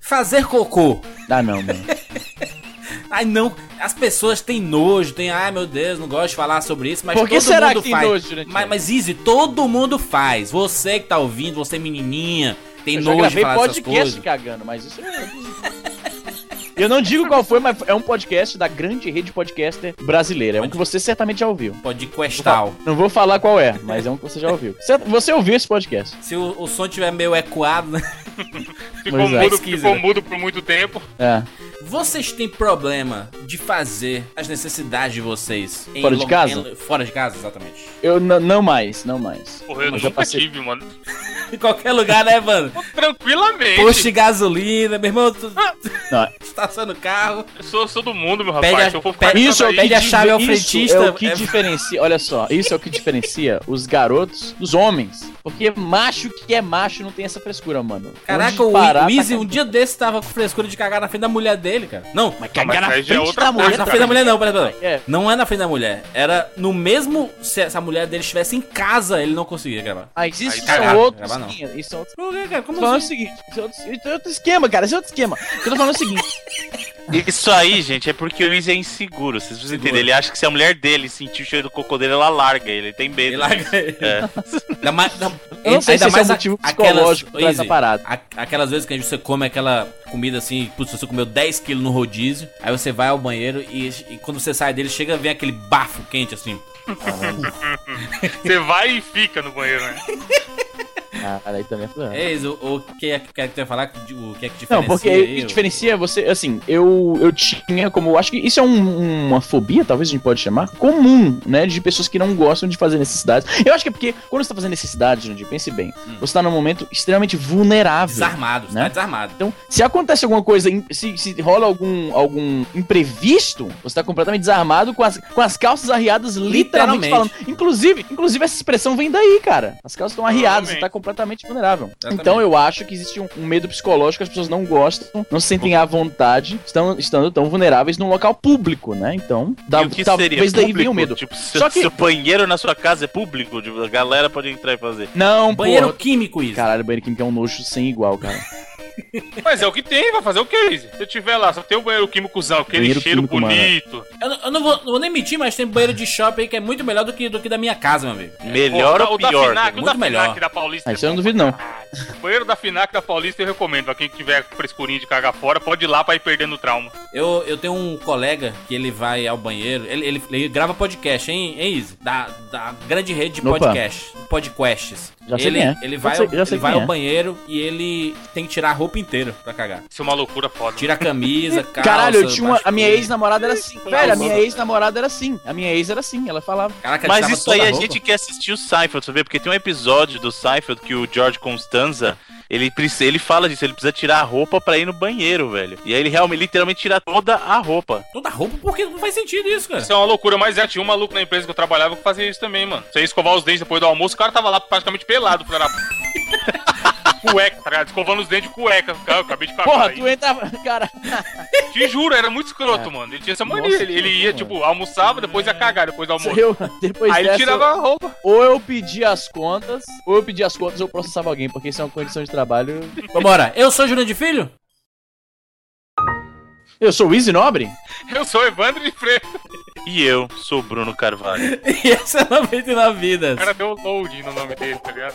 Fazer cocô. Dá Ah, não, mano. Ai não, as pessoas têm nojo, tem, ai meu Deus, não gosto de falar sobre isso, mas Por que todo será mundo que tem faz. nojo, né, Jurandir? mas, mas Izzy, todo mundo faz. Você que tá ouvindo, você menininha, tem Eu já nojo de gravei falar essas podcast coisas. cagando, mas isso é. Eu não digo qual foi, mas é um podcast da grande rede podcaster brasileira. É um que você certamente já ouviu. Pode questal. Não vou falar qual é, mas é um que você já ouviu. Você- Você ouviu esse podcast? Se o, o som tiver meio ecoado, né? Pois Ficou, é. mudo, Pesquisa, ficou né? mudo por muito tempo. É. vocês têm problema de fazer as necessidades de vocês em Fora de lo- casa? em- fora de casa, exatamente. Eu n- não mais, não mais. Porra, eu Mas nunca passei- tive, mano. Em qualquer lugar, né, mano? Tranquilamente. Posto de gasolina, meu irmão, tu, Não. estaciona o carro. Eu sou, sou do mundo, meu Pede rapaz. a- eu vou ficar pede- nisso Isso é o daí. que Pede a chave ao isso frentista. É o que É- diferencia, olha só, isso é o que diferencia os garotos dos homens. Porque macho que é macho não tem essa frescura, mano. Caraca, Onde o, parar, o Easy tá- um dia desse tava com frescura de cagar na frente da mulher dele, cara. Não, mas Mas aí já é outra Ah, na coisa. frente da mulher não, peraí, peraí. É. Não é na frente da mulher. Era no mesmo. Se essa mulher dele estivesse em casa, ele não conseguia gravar. Mas isso Aí, são cagado, outros grava não. esquemas. Isso é outro, Por quê, cara? tô Como falando o assim? seguinte. Isso é outro, isso é outro esquema, cara. Isso é outro esquema. Eu tô falando o seguinte. Isso aí, gente, é porque o Izzy é inseguro. Vocês precisam entender. Ele acha que se a mulher dele sentir o cheiro do cocô dele, ela larga ele. Ele tem medo. Ele larga ele. É. Ainda mais, ainda- Eu não ainda sei se esse é um mais a- motivo aquelas, psicológico pra essa Izzy, parada. a- aquelas vezes que você come aquela comida assim, putz, você comeu 10 quilos no rodízio, aí você vai ao banheiro e, e quando você sai dele, chega, vem aquele bafo quente assim. Você vai e fica no banheiro, né? Cara, aí também é problema. Ei, Izzy, o, o que é que que é que tu ia falar? O que é que diferencia? Não, porque o aí, que o- diferencia você, assim, eu, eu tinha como. Acho que isso é um- uma fobia, talvez a gente pode chamar, comum, né? De pessoas que não gostam de fazer necessidades. Eu acho que é porque quando você tá fazendo necessidades, Jandir, pense bem, Hum. você tá num momento extremamente vulnerável. Desarmado, você Né? tá desarmado. Então, se acontece alguma coisa, im- se, se rola algum, algum imprevisto, você tá completamente desarmado com as, com as calças arriadas, literalmente, Literalmente. falando. Inclusive, inclusive, essa expressão vem daí, cara. As calças estão arriadas, você Provavelmente. tá completamente vulnerável. Exatamente. Então, eu acho que existe um, um medo psicológico, as pessoas não gostam, não se sentem à vontade, estão, estando tão vulneráveis num local público, né? Então, E dá- o que seria? talvez daí venha Público? o medo. Tipo, se Só Só que- seu banheiro na sua casa é público, tipo, a galera pode entrar e fazer. Não, Banheiro porra. químico, isso. Caralho, banheiro químico é um nojo sem igual, cara. Mas é o que tem, vai fazer o que, Izzy? Se eu tiver lá, só tem o banheiro químicozão, aquele Banheiro cheiro químico, bonito. Eu, não- eu não, vou, não vou nem mentir, mas tem banheiro de shopping aí que é muito melhor do que, do que da minha casa, meu amigo. Melhor Pô, ou o da- pior? O da FINAC, o Muito da melhor. FINAC da Paulista. Ah, isso eu não bom duvido, não. pra caralho. O banheiro da FINAC da Paulista eu recomendo. Pra quem tiver com frescurinha de cagar fora, pode ir lá pra ir perdendo o trauma. Eu, eu tenho um colega que ele vai ao banheiro, ele, ele, ele grava podcast, hein, hein Izzy? Da, da grande rede de Opa. podcast, podcasts. Já sei ele, quem é. ele Já vai, sei- ao- já sei ele vai quem ao é. banheiro e ele tem que tirar a roupa inteira pra cagar. Isso é uma loucura foda. Tira a camisa, calça, Caralho, eu tinha uma, a minha baixa- ex-namorada era assim. Velho, a minha ex-namorada era assim. A minha ex era assim, ela falava. Caraca, Mas tirava isso toda aí a roupa. gente quer assistir o Seinfeld, sabe? Porque tem um episódio do Seinfeld que o George Constanza. Ele, preci- ele fala disso, ele precisa tirar a roupa pra ir no banheiro, velho. E aí ele realmente, literalmente, tira toda a roupa. Toda roupa, porque não faz sentido isso, cara. Isso é uma loucura, mas é, tinha um maluco na empresa que eu trabalhava que fazia isso também, mano. Você ia escovar os dentes depois do almoço, o cara tava lá praticamente pelado, cara. cueca, tá ligado? Escovando os dentes de cueca. Cara, eu acabei de cagar. Porra, aí. tu entrava. Cara, Te juro, era muito escroto, mano. Ele tinha essa mania. Nossa, ele, que ele ia, loucura. tipo, almoçava, depois ia cagar, depois do almoço. eu. Depois Aí ele dessa, tirava a roupa. ou eu pedia as contas, ou eu pedia as contas ou eu processava alguém, porque isso é uma condição de trabalho. Vambora, eu sou Júlio de Filho? Eu sou o Easy Nobre? Eu sou Evandro de Freitas. E eu sou o Bruno Carvalho. E essa é 99 Vidas. O cara deu loading no nome dele, tá ligado?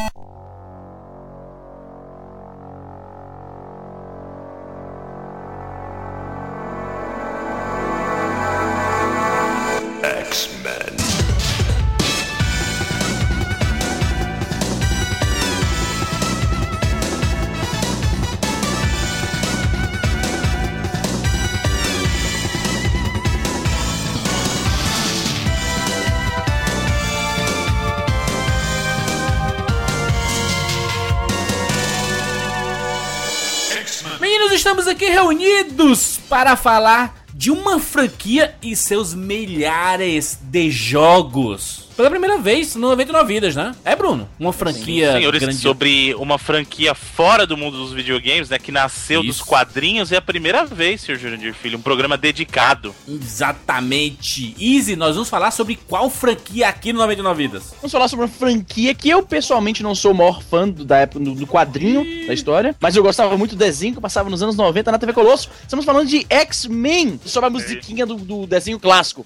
Estamos aqui reunidos para falar de uma franquia e seus milhares de jogos. Pela primeira vez no 99 Vidas, né? É, Bruno? Uma franquia Senhores, grande. sobre uma franquia fora do mundo dos videogames, né? Que nasceu dos Isso. quadrinhos, é a primeira vez, senhor Jurandir Filho, um programa dedicado. Exatamente. Easy, nós vamos falar sobre qual franquia aqui no 99 Vidas. Vamos falar sobre uma franquia que eu pessoalmente não sou o maior fã do, da época do, do quadrinho da história, mas eu gostava muito do desenho que passava nos anos 90 na TV Colosso. Estamos falando de X-Men, sobre a musiquinha do, do desenho clássico.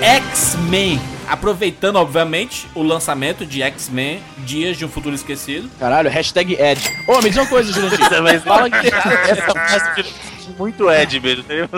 X-Men. Aproveitando, obviamente, o lançamento de X-Men, Dias de um Futuro Esquecido. Caralho, hashtag Ed. Ô, me diz uma coisa, Jurandir. Mas é Fala que essa frase ficou muito Ed mesmo. entendeu?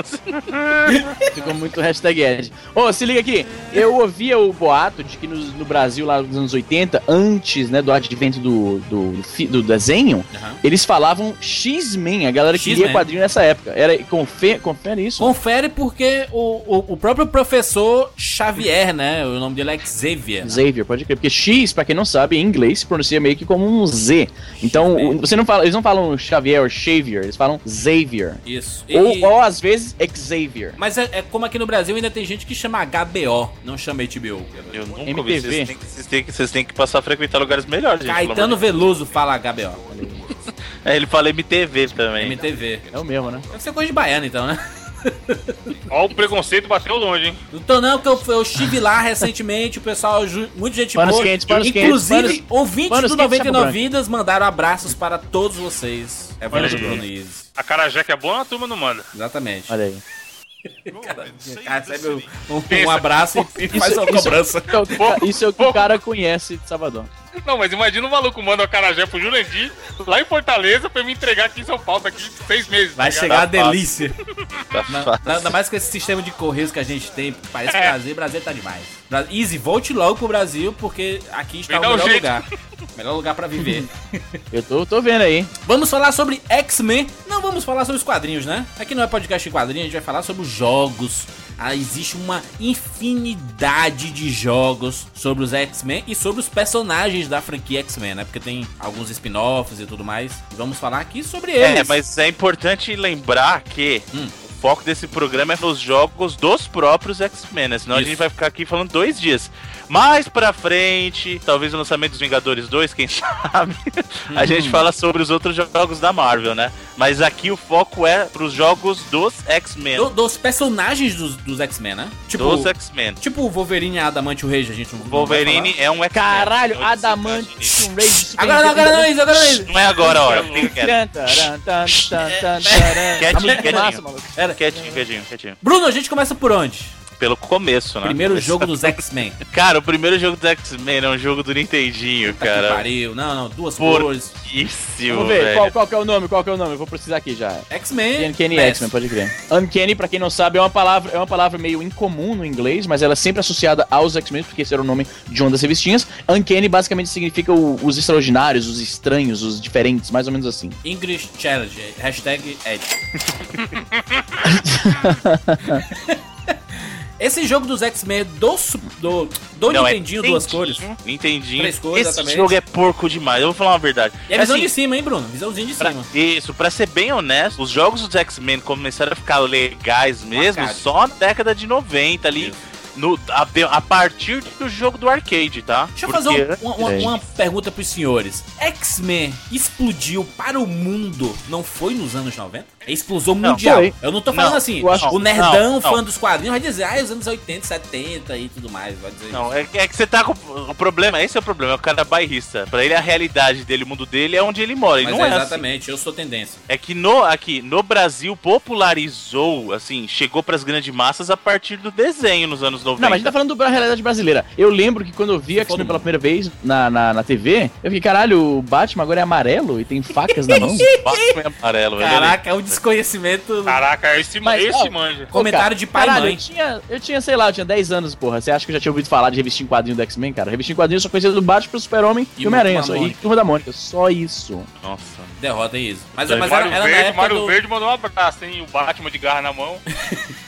Ficou muito hashtag Ed. Ô, se liga aqui. Eu ouvia o boato de que no, no Brasil, lá nos anos 80, antes né, do advento do, do, fi- do desenho, Aham. eles falavam X-Men. A galera que X-Men. lia quadrinho nessa época. Era, confe, confere isso. Confere porque o, o, o próprio professor Xavier, né? O nome dele é Xavier. né? Xavier, pode crer. Porque X, pra quem não sabe, em inglês se pronuncia meio que como um Z. Então, X-Men. o- você não fala, eles não falam Xavier ou Xavier, eles falam Xavier. Isso. Ou, E- ou às vezes Xavier. Mas é, é como aqui no Brasil ainda tem gente que chama HBO, não chama HBO. Eu nunca MTV. ouvi. Vocês têm, que, vocês, têm que, vocês têm que passar a frequentar lugares melhores, gente. pelo Caetano amor Veloso fala HBO, de Deus. É, ele fala MTV também. MTV. É o mesmo, né? Deve ser coisa de baiano então, né? Ó, o preconceito bateu longe, hein? Não tô não, porque eu, eu estive lá recentemente, o pessoal, ju- muito gente Panos quentes, panos quentes, Inclusive, panos- ouvintes panos do quentes, 99 saco branco. Vidas mandaram abraços para todos vocês. É Olha verdade, aí. Bruno e Izzy. A cara já que é boa, a turma não manda. Exatamente. Olha aí. Cara, recebe um, um, Pensa. abraço e, e faz uma cobrança. Isso é o que, Pouco, isso é o que o pouco. cara conhece de Salvador. Não, mas imagina o maluco manda o Acarajé pro Jurandir, lá em Fortaleza, pra me entregar aqui em São Paulo daqui seis meses. Vai tá chegar uma Tá fácil. delícia. Tá Na- fácil. na- Ainda mais com esse sistema de correios que a gente tem. Parece É. Brasil, Brasil tá demais. Bra- Easy, volte logo pro Brasil, porque aqui está Me dá o um melhor jeito. lugar. Melhor lugar pra viver. Eu tô, tô vendo aí. vamos falar sobre X-Men. Não vamos falar sobre os quadrinhos, né? Aqui não é podcast de quadrinhos, a gente vai falar sobre os jogos. Ah, existe uma infinidade de jogos sobre os X-Men e sobre os personagens da franquia X-Men, né? Porque tem alguns spin-offs e tudo mais. E vamos falar aqui sobre eles. É, mas é importante lembrar que Hum. o foco desse programa é nos jogos dos próprios X-Men, né? Senão Isso. a gente vai ficar aqui falando dois dias. Mais pra frente, talvez o lançamento dos Vingadores 2, quem sabe, Hum. a gente fala sobre os outros jogos da Marvel, né? Mas aqui o foco é pros jogos dos X-Men. É, Do- dos personagens dos, dos X-Men, né? Tipo, Dos X-Men. Tipo o Wolverine e a Adamante o Rei, a gente não não Wolverine vai é um X-Men. Caralho, Então, Adamante, um Rage falar. Agora não, agora não, Isa, agora não. Isa. Não é agora, a Tá hora. Fica quieto. Quietinho, Quietinho, Tá massa, quietinho. maluco. Era. Quietinho, quietinho, quietinho. Bruno, a gente começa por onde? Pelo começo, né? Primeiro Começo- jogo dos X-Men. Cara, o primeiro jogo do X-Men é um jogo do Nintendinho, Puta que cara. pariu. Não, não, duas Por- cores. Isso, Vamos ver, qual, velho. qual que é o nome, qual que é o nome? Eu vou precisar aqui já. X-Men. Uncanny PS. é X-Men, pode crer. Uncanny, pra quem não sabe, é uma palavra, é uma palavra meio incomum no inglês, mas ela é sempre associada aos X-Men, porque esse era o nome de uma das revistinhas. Uncanny basicamente significa o- os extraordinários, os estranhos, os diferentes, mais ou menos assim. English Challenge. Hashtag Ed. Esse jogo dos X-Men é do, su- do, do Não, é Nintendinho, duas cores. Nintendinho. Três cores, Esse exatamente. jogo é porco demais, eu vou falar uma verdade. E a visão Assim, de cima, hein, Bruno? Visãozinha de pra- cima. isso, pra ser bem honesto, os jogos dos X-Men começaram a ficar legais mesmo Marcado. só na década de 90 ali. Isso. No, a, a partir do jogo do arcade, tá? Deixa eu Porque- fazer um- uma, uma- Gente. uma pergunta pros senhores. X-Men explodiu para o mundo, não foi nos anos 90? É explosão mundial. peraí. eu não tô falando Não, assim, eu acho- o nerdão não, fã não. dos quadrinhos vai dizer, ah, os anos 80, 70 e tudo mais, vai dizer Não, é, é que você tá com. O problema, esse é o problema, é o cara bairrista. Pra ele, a realidade dele, o mundo dele é onde ele mora. E isso. Mas não é é, assim. exatamente, eu sou tendência. É que no, aqui, no Brasil popularizou, assim, chegou pras grandes massas a partir do desenho nos anos 90. Não, mas a gente tá falando da realidade brasileira. Eu lembro que quando eu vi X-Men pela primeira vez na, na, na TV, eu fiquei, caralho, o Batman agora é amarelo e tem facas na mão. Batman é amarelo, velho. Caraca, o desconhecimento. Caraca, esse, Mas, esse ó, manja. Pô, Comentário de pai e Caralho, mãe. eu tinha, eu tinha, sei lá, eu tinha 10 anos, porra. Você acha que eu já tinha ouvido falar de revistinha em quadrinho do X-Men, cara? Revistinha em quadrinho eu só conhecia do Batman, pro Super-Homem E e Homem-Aranha. Turma só- da E Mônica. Turma da Mônica. Só isso. Nossa. Derrota isso. Mas, Daí mas era, Mário era na Verde, época Mário do... Verde mandou um abraço, hein? O Batman de garra na mão.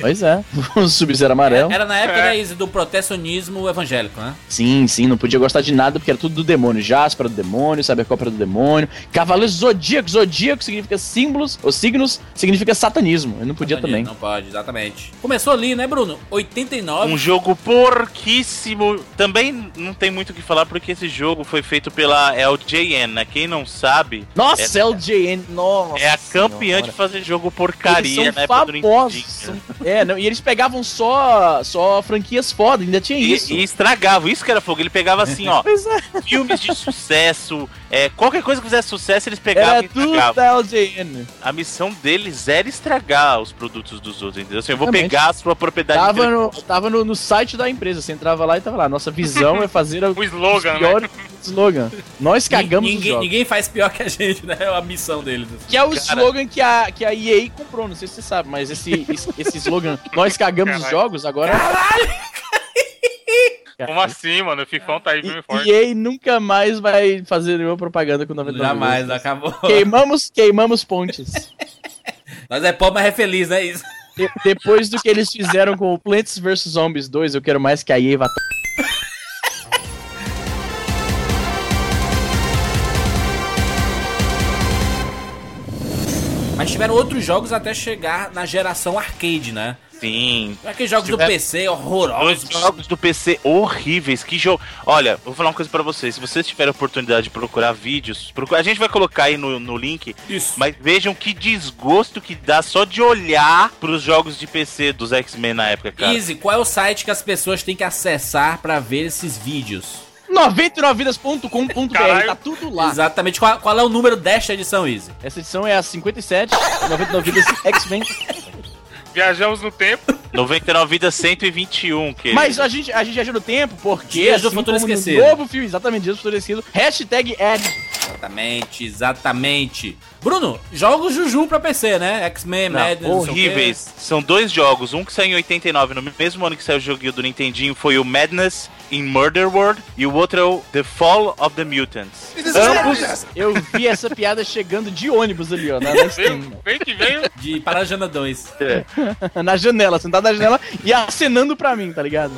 Pois é. O Sub-Zero amarelo. Era na época É. né, Izzy, do protecionismo evangélico, né? Sim, sim, não podia gostar de nada porque era tudo do demônio. Jasper do demônio, Cybercop era do demônio. Cavaleiro Zodíaco, Zodíaco significa símbolos, ou signos, significa satanismo. Eu não podia Satanismo, também. Não pode, exatamente. Começou ali, né, Bruno? 89. Um jogo porquíssimo. Também não tem muito o que falar porque esse jogo foi feito pela LJN, né? Quem não sabe, Nossa, LJN, nossa. é a senhora. campeã de né, fazer jogo Eles porcaria são na época do famosos. Nintendo. são- É, não, e eles pegavam só, só franquias foda, ainda tinha E, isso. e estragava, isso que era fogo. Ele pegava assim, ó, Pois é, filmes de sucesso, é, qualquer coisa que fizesse sucesso, eles pegavam era e tudo estragavam. da LJN. A missão deles era estragar os produtos dos outros, entendeu? Assim, eu vou Exatamente. pegar a sua propriedade Tava, intelectual. no, tava no, no site da empresa, você entrava lá e tava lá. Nossa visão é fazer O o slogan, né? pior slogan. Nós cagamos os ninguém, jogos. ninguém faz pior que a gente, né? É a missão deles. assim. Que é o Cara. slogan que a, que a EA comprou, não sei se você sabe, mas esse, esse, esse slogan, nós cagamos os Caralho. jogos, agora. Como assim, mano? O Fifão tá aí é bem é, E forte. EA nunca mais vai fazer nenhuma propaganda com 99 Jamais, vezes. acabou. Queimamos, queimamos pontes. Nós é pobre, mas é feliz, né? Isso. De- depois do que eles fizeram com o Plants vs Zombies 2, eu quero mais que a tá- EA vá. Mas tiveram outros jogos até chegar na geração arcade, né? Sim. Aqueles jogos do Tiveram- PC Os horrorosos. jogos do PC horríveis, que jogo. Olha, vou falar uma coisa pra vocês. Se vocês tiverem a oportunidade de procurar vídeos, procura... a gente vai colocar aí no, no link, Isso. mas vejam que desgosto que dá só de olhar pros jogos de PC dos X-Men na época, cara. Easy, qual é o site que as pessoas têm que acessar pra ver esses vídeos? 99vidas.com.br, tá Caralho. tudo lá. Exatamente. Qual, qual é o número desta edição, Easy? Essa edição é a 57, 99 vidas X-Men. é- Viajamos no tempo. 99 vidas 121, que Mas a gente, a gente agiu no tempo, porque. assim Dias do Futuro como no Esquecido. Novo filme, exatamente, Dias do Futuro Esquecido. Hashtag ad. Exatamente, exatamente. Bruno, joga o Juju pra PC, né? X-Men, Não, Madden, não sei o quê. horríveis. São dois jogos. Um que saiu em 89, no mesmo ano que saiu o joguinho do Nintendinho, foi o Madness in Murder World. E o outro é o The Fall of the Mutants. Ambos, eu vi essa piada chegando de ônibus ali, ó, na, na Veio, esquina. vem que veio. De Parajana 2. na janela, sentado na janela e acenando pra mim, tá ligado?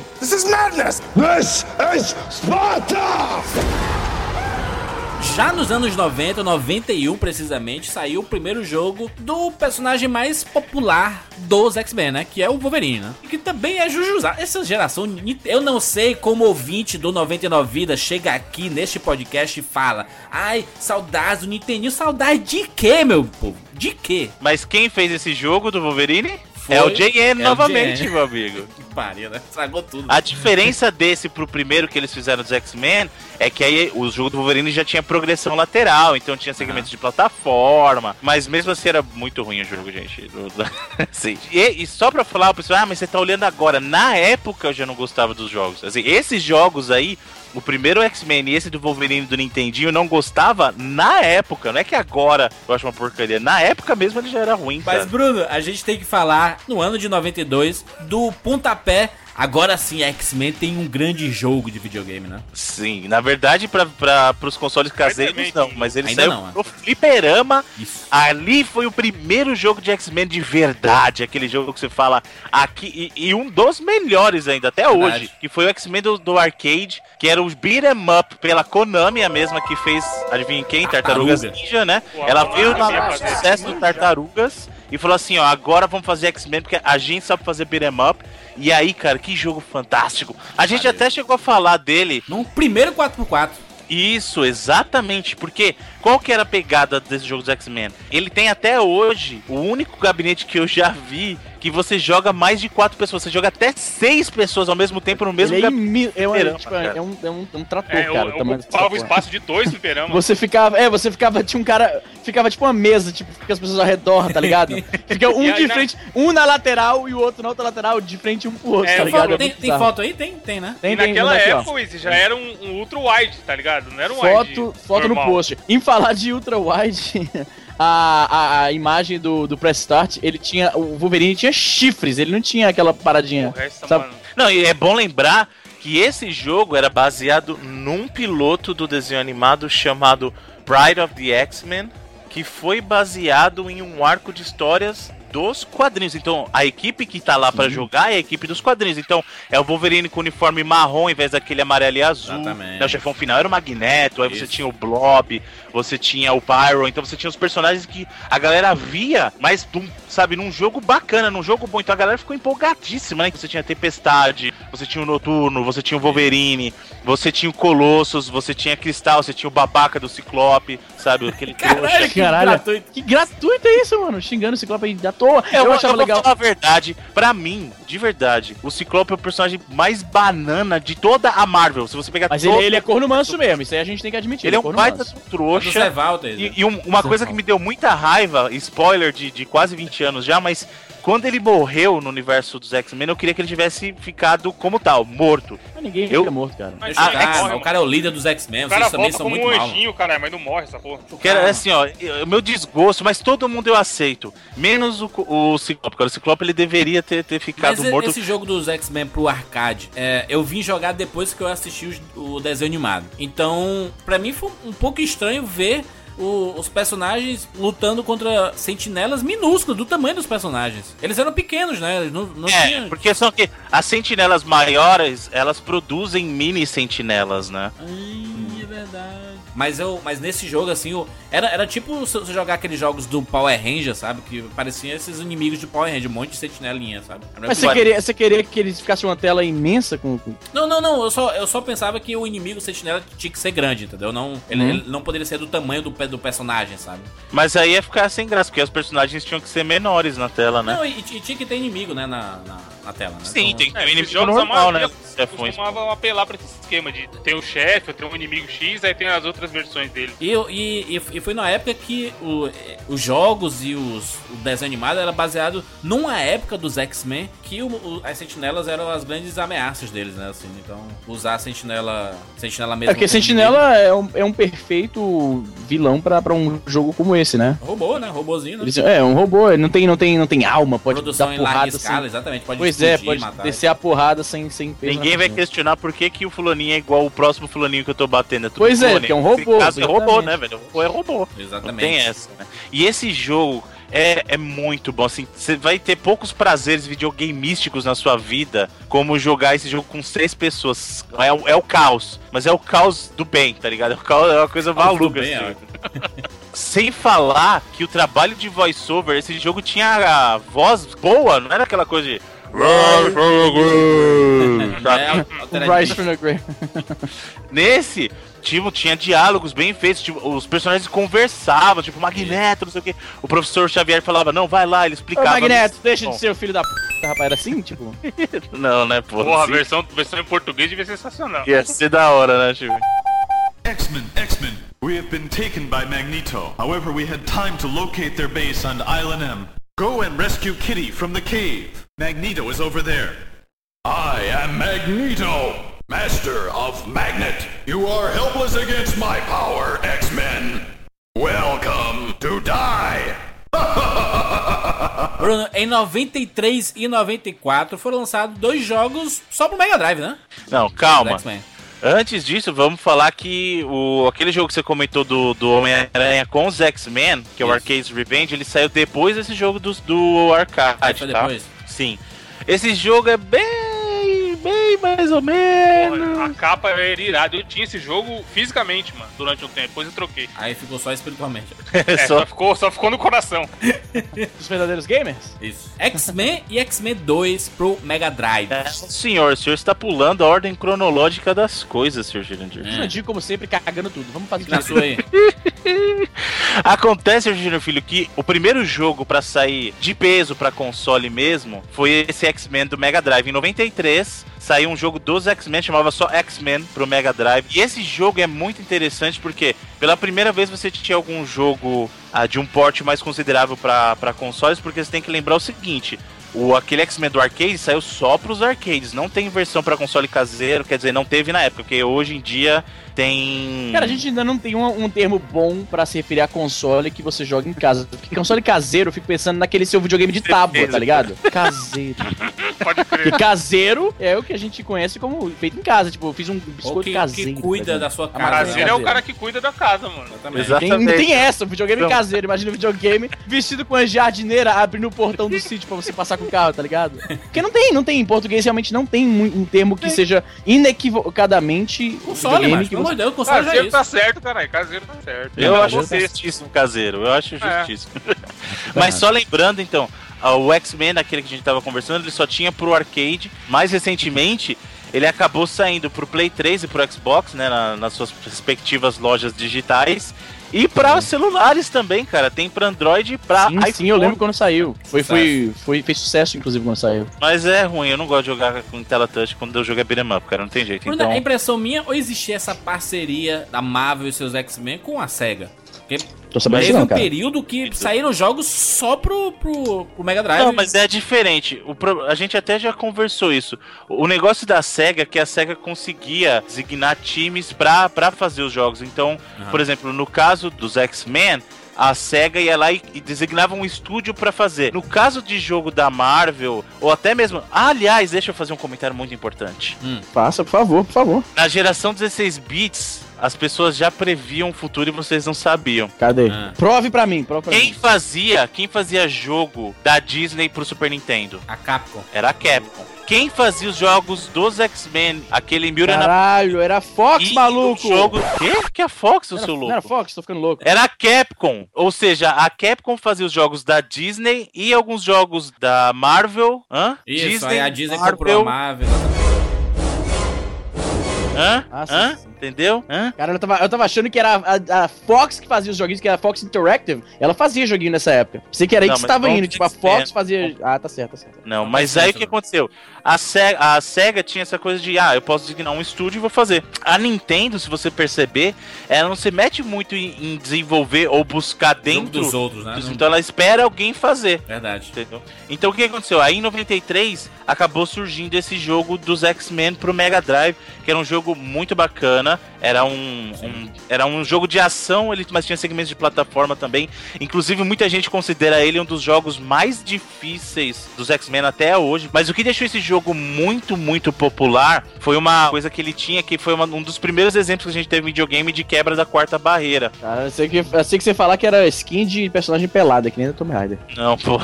Já nos anos 90, 91 precisamente, saiu o primeiro jogo do personagem mais popular dos X-Men, né? Que é o Wolverine, né? E que também é Jujuzá. Essa geração. ni- Eu não sei como ouvinte do 99 Vidas chega aqui neste podcast e fala: Ai, saudades do Nintendinho. Saudade de quê, meu povo? De quê? Mas quem fez esse jogo do Wolverine? Foi é o JN LJN. novamente, meu amigo. Que pariu, né? Estragou tudo. A diferença desse pro primeiro que eles fizeram dos X-Men é que aí o jogo do Wolverine já tinha progressão lateral, então tinha Ah. segmentos de plataforma, mas mesmo assim era muito ruim o jogo, gente. Do- do- Assim, e, e só pra falar, o pessoal, ah, mas você tá olhando agora. Na época eu já não gostava dos jogos. Assim, esses jogos aí, o primeiro X-Men e esse do Wolverine do Nintendinho, eu não gostava na época. Não é que agora eu acho uma porcaria. Na época mesmo ele já era ruim, Mas, cara. Bruno, a gente tem que falar, no ano de 92, do pontapé. Agora sim, X-Men tem um grande jogo de videogame, né? Sim, na verdade, pra, pra, pros consoles caseiros, não. Mas ele Ainda saiu não, é. pro fliperama Isso. Ali foi o primeiro jogo de X-Men de verdade, aquele jogo que você fala aqui, e, e um dos melhores ainda até Verdade. hoje, que foi o X-Men do, do arcade, que era o Beat 'em Up pela Konami, a mesma que fez, adivinha quem? Tartarugas Tartaruga. Ninja, né? Pô, Ela a veio Konami na ia fazer sucesso do Tartarugas e falou assim, ó, agora vamos fazer X-Men, porque a gente sabe fazer Beat 'em Up, e aí, cara, que jogo fantástico. A gente Valeu. até chegou a falar dele Num primeiro 4x4. Isso, exatamente. Porque qual que era a pegada desse jogo dos X-Men? Ele tem até hoje o único gabinete que eu já vi que você joga mais de quatro pessoas. Você joga até seis pessoas ao mesmo tempo no mesmo Ele é, gabinete. imi- é, um- é, Fliperama, tipo, é cara. um, é um, é um trator, É, cara. eu, eu tamanho dessa ocupava o porra. espaço de dois fliperamas. Você ficava, é, você ficava, tinha um cara, ficava tipo uma mesa, tipo, fica as pessoas ao redor, tá ligado? Fica E um aí de na- frente, um na lateral e o outro na outra lateral, de frente um pro outro, É, tá Tem eu ligado? foto- É tem, muito tem bizarro. foto aí? Tem, tem, né? E Tem, tem, naquela manda aqui, ó. época, Wizzy, já era um, um ultra wide, tá ligado? Não era um Foto, wide. foto no normal. post. Em falar de ultra wide, a, a, a imagem do, do press start, ele tinha, o Wolverine tinha chifres, ele não tinha aquela paradinha. O resto, né? Sabe- Ah, mano. Não, e é bom lembrar que esse jogo era baseado num piloto do desenho animado chamado Pride of the X-Men, que foi baseado em um arco de histórias dos quadrinhos. Então, a equipe que tá lá pra jogar é a equipe dos quadrinhos. Então, é o Wolverine com uniforme marrom em vez daquele amarelo e azul. Exatamente. Né, o chefão final era o Magneto, aí você Isso. tinha o Blob, você tinha o Pyro, então você tinha os personagens que a galera via, mas, num- sabe, num jogo bacana, num jogo bom. Então a galera ficou empolgadíssima, né? que Você tinha a Tempestade, você tinha o Noturno, você tinha o Wolverine, você tinha o Colossus, você tinha Cristal, você tinha o Babaca do Ciclope, sabe? Aquele trouxa. Caralho, que Caralho. gratuito. Que gratuito é isso, mano? Xingando esse Ciclope aí à toa. É, eu, eu, achava eu legal. Vou falar a verdade, pra mim, de verdade, o Ciclope é o personagem mais banana de toda a Marvel. Se você pegar Mas todo- ele, ele é corno manso mesmo, isso aí a gente tem que admitir. ele é um corno baita manso. Do trouxa. Zé Walter. E, e um- uma coisa que me deu muita raiva, spoiler de, de quase 20 anos já, mas quando ele morreu no universo dos X-Men, eu queria que ele tivesse ficado como tal, morto. Mas ninguém Eu- fica morto, cara. Mas Deixa o Ah, cara, X- mano, o cara é o líder dos X-Men, O vocês cara também volta são como muito um mal. mano. anjinho, caralho, mas não morre essa porra. Que era assim, ó, eu- o meu desgosto, mas todo mundo eu aceito. Menos o, o Ciclope. Cara, o Ciclope ele deveria ter, ter ficado Mas e- morto. esse jogo dos X-Men pro arcade, é, eu vim jogar depois que eu assisti os- o desenho animado. Então, pra mim foi um pouco estranho ver o- os personagens lutando contra sentinelas minúsculas do tamanho dos personagens. Eles eram pequenos, né? Eles não, não É, tinham- porque são que as sentinelas maiores, elas produzem mini sentinelas, né? Ai, é verdade. Mas, eu, mas nesse jogo, assim, o- era, era tipo se você jogar aqueles jogos do Power Ranger, sabe? Que pareciam esses inimigos de Power Ranger, um monte de sentinelinha, sabe? Era tipo Mas você queria, você queria que eles ficassem uma tela imensa com. com- Não, não, não. Eu só, eu só pensava que o inimigo sentinela tinha que ser grande, entendeu? Não, ele, Uhum. ele não poderia ser do tamanho do, pe- do personagem, sabe? Mas aí ia ficar sem graça, porque os personagens tinham que ser menores na tela, né? Não, e, e tinha que ter inimigo, né, na, na, na tela, né? Sim, Então, tem que ter É, um esses inimigo jogos da normal, né? maioria Os chefões. costumavam apelar pra esse esquema de tem o chefe, tem um inimigo X, aí tem as outras versões dele. E, eu- e, e- e foi na época que o- eh, os jogos e os, o desenho animado era baseado numa época dos X-Men que o- o- as sentinelas eram as grandes ameaças deles, né? Assim, então, usar a sentinela, sentinela É mesmo. porque como Sentinela é um, é um perfeito vilão pra, pra um jogo como esse, né? inimigo. Robô, né? Robôzinho, né? Eles- é, um robô, ele não tem, não tem, não tem alma, pode Produção dar em larga porrada escala, sem. exatamente. Pode Pois é, explodir, pode matar. descer a porrada sem, sem peso. Ninguém na vai consciência. questionar por que, que o fulaninho é igual o próximo fulaninho que eu tô batendo. É tudo Pois é, clone. porque é um robô, Nesse caso é robô, exatamente. né, velho? Robô é robô. Não Exatamente. tem essa, né? E esse jogo é, é muito bom, assim, você vai ter poucos prazeres videogameísticos na sua vida, como jogar esse jogo com seis pessoas. É, o- é o caos, mas é o caos do bem, tá ligado? É, o caos, é uma coisa maluca, bem, assim. Sem falar que o trabalho de voiceover, esse jogo tinha a voz boa, não era aquela coisa de. É, O Rise from the Grave. Nesse, tipo, tinha diálogos bem feitos, tipo, os personagens conversavam, tipo, Magneto, não sei o que. O professor Xavier falava, não, vai lá, ele Ô, explicava. Magneto, deixa Bom. de ser o filho da p, rapaz. Era assim, tipo. Não, né, porra. Porra, a assim, versão, versão em português devia ser sensacional. Ia ser da hora, né, tipo. X-Men, X-Men, we have been taken by Magneto. However, we had time to locate their base on Island M. Go and rescue Kitty from the cave. Magneto is over there. I am Magneto, master of Magnet. You are helpless against my power, X-Men. Welcome to die. Bruno, em 93 e 94 foram lançados dois jogos só pro Mega Drive, né? Não, calma. Os X-Men. Antes disso, vamos falar que o, aquele jogo que você comentou do, do Homem-Aranha com os X-Men, que é o Isso. Arcade's Revenge, ele saiu depois desse jogo do, do Aí arcade, foi tá? depois. Sim. Esse jogo é bem. bem Bem, mais ou menos. Porra, a capa era irada. Eu tinha esse jogo fisicamente, mano, durante um tempo. Depois eu troquei. Aí ficou só espiritualmente. É, Só- só... ficou, só ficou no coração. Os verdadeiros gamers? Isso. X-Men e X-Men 2 pro Mega Drive. É, senhor, o senhor está pulando a ordem cronológica das coisas, senhor Jurandir. É. Jurandir, como sempre, cagando tudo. Vamos fazer Na sua aí. Acontece, Júnior Filho, que o primeiro jogo pra sair de peso pra console mesmo foi esse X-Men do Mega Drive. Em 93, saiu um jogo dos X-Men, chamava só X-Men pro Mega Drive. E esse jogo é muito interessante porque pela primeira vez você tinha algum jogo ah, de um porte mais considerável pra pra consoles, porque você tem que lembrar o seguinte. O, aquele X-Men do arcade saiu só pros arcades, não tem versão pra console caseiro, quer dizer, não teve na época, porque hoje em dia tem. Cara, a gente ainda não tem um, um termo bom pra se referir a console que você joga em casa. Porque console caseiro, eu fico pensando naquele seu videogame de tábua, tá ligado? Caseiro. Pode Porque crer. caseiro é o que a gente conhece como feito em casa. Tipo, eu fiz um biscoito Ou que, caseiro. que cuida tá da sua Amazônia. casa. né? Caseiro é o cara que cuida da casa, mano. Exatamente. Exato. Tem, não tem essa, um videogame Então- caseiro. Imagina um videogame vestido com a jardineira abrindo o portão do sítio pra você passar com o carro, tá ligado? Porque não tem, não tem. Em português realmente não tem mu- um termo que seja inequivocadamente um Console, videogame mas, que pelo amor você... de Deus, o console já é Caseiro isso. tá certo, caralho. Caseiro tá certo. Eu Não, acho eu- justíssimo caseiro, eu acho É. justíssimo. Mas só lembrando então, ah, o X-Men, aquele que a gente tava conversando, ele só tinha pro arcade. Mais recentemente, ele acabou saindo pro Play 3 e pro Xbox, né, na- nas suas respectivas lojas digitais. E pra celulares também, cara. Tem pra Android e pra Sim, sim, eu lembro quando saiu. Foi, foi, Sucesso. foi, fez sucesso, inclusive, quando saiu. Mas é ruim, eu não gosto de jogar com tela touch quando eu jogo é beat'em up, cara. Não tem jeito. Bruna, Então, é impressão minha ou existia essa parceria da Marvel e seus X-Men com a SEGA? Tô sabendo disso Mas Teve não, um cara. período que saíram jogos só pro, pro, pro Mega Drive. Não, mas é diferente. O pro- A gente até já conversou isso. O negócio da SEGA é que a SEGA conseguia designar times pra, pra fazer os jogos. Então, Aham. por exemplo, no caso dos X-Men, a SEGA ia lá e, e designava um estúdio pra fazer. No caso de jogo da Marvel, ou até mesmo. Ah, aliás, deixa eu fazer um comentário muito importante. Passa, por favor, por favor. Na geração 16 bits, as pessoas já previam o futuro e vocês não sabiam. Cadê? Ah. Prove pra mim, prove pra Quem mim. fazia, quem fazia jogo da Disney pro Super Nintendo? A Capcom. Era a Capcom. Quem fazia os jogos dos X-Men, aquele Miura Caralho, era Fox, maluco! Jogo... Quê? Que é a Fox, o seu Não louco? era Fox? Tô ficando louco. Era a Capcom, ou seja, a Capcom fazia os jogos da Disney e alguns jogos da Marvel, hã? Isso, aí a Disney comprou a Marvel. né? hã? Ah, sim, hã? sim. Entendeu? Hã? Cara, eu tava, eu tava achando que era a, a Fox que fazia os joguinhos, que era a Fox Interactive. Ela fazia joguinho nessa época. Pensei que era aí Não, que você mas tava Fox indo. Tipo, a X-Men. Fox é fazia. um Ah, tá certo, tá certo. Não, Não mas faz aí o sentido, que aconteceu? A SEGA, a SEGA tinha essa coisa de, ah, eu posso designar um estúdio e vou fazer. A Nintendo, se você perceber, ela não se mete muito em, em desenvolver ou buscar Jogo dentro. dos outros, né? dos- Não- Então ela espera alguém fazer. Verdade. Entendeu? Então o que aconteceu? Aí em 93 acabou surgindo esse jogo dos X-Men pro Mega Drive, que era um jogo muito bacana. Era um, um- era um jogo de ação, ele mas tinha segmentos de plataforma também. Inclusive muita gente considera ele um dos jogos mais difíceis dos X-Men até hoje. Mas o que deixou esse jogo muito muito popular foi uma coisa que ele tinha que foi uma- um dos primeiros exemplos que a gente teve em videogame de quebra da quarta barreira. Ah, eu sei que, eu sei que você ia falar que era skin de personagem pelada, que nem da Tomb Raider. Não, pô.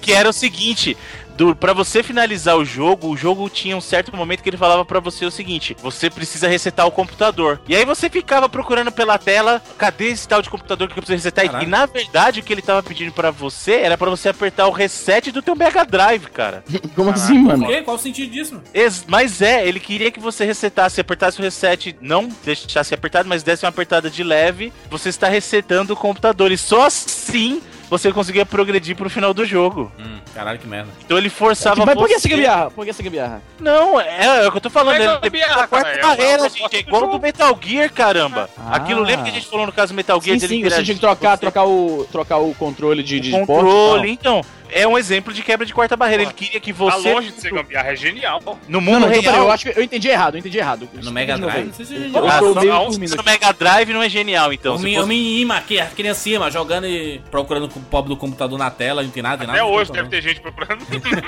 que era o seguinte, do para você finalizar o jogo, o jogo tinha um certo momento que ele falava pra você o seguinte: você precisa resetar o computador. E aí você ficava procurando pela tela, cadê esse tal de computador que eu preciso resetar? Caralho. E na verdade o que ele tava pedindo pra você era pra você apertar o reset do teu Mega Drive, cara. Como assim, mano? Por quê? Qual o sentido disso? mano? Ex- Mas é, ele queria que você resetasse, apertasse o reset, não deixasse apertado, mas desse uma apertada de leve, você está resetando o computador. E só assim você conseguia progredir pro final do jogo. Hum, caralho, que merda. Então ele forçava Tipo, Mas por que você- essa gambiarra? Por que essa gambiarra? Não, é, é o que eu tô falando. Não é Ele tá gambiarra, a quarta cara, é uma barreira, proposta gente. É do igual jogo. do Metal Gear, caramba. Ah. Aquilo lembra que a gente falou no caso do Metal Gear? Sim, de ele sim, você virar- tinha que trocar, você- trocar, o, trocar o controle de, de o porte e controle, então. É um exemplo de quebra de quarta barreira. Ele Porra, queria que Tá você. longe de ser gambiarra, é genial. No Não, mundo não, então, peraí, real. eu acho que eu entendi errado, eu entendi errado. No Mega Drive? Não sei se Eu eu tô Ah, meio só- dormindo ah, um aqui. no Mega Drive não é genial, então. eu, Se me, eu fosse- me ima aqui, a criancinha, mas jogando e procurando o pobre do computador na tela, não tem nada, tem nada. Até hoje não tem deve ter gente procurando. problema.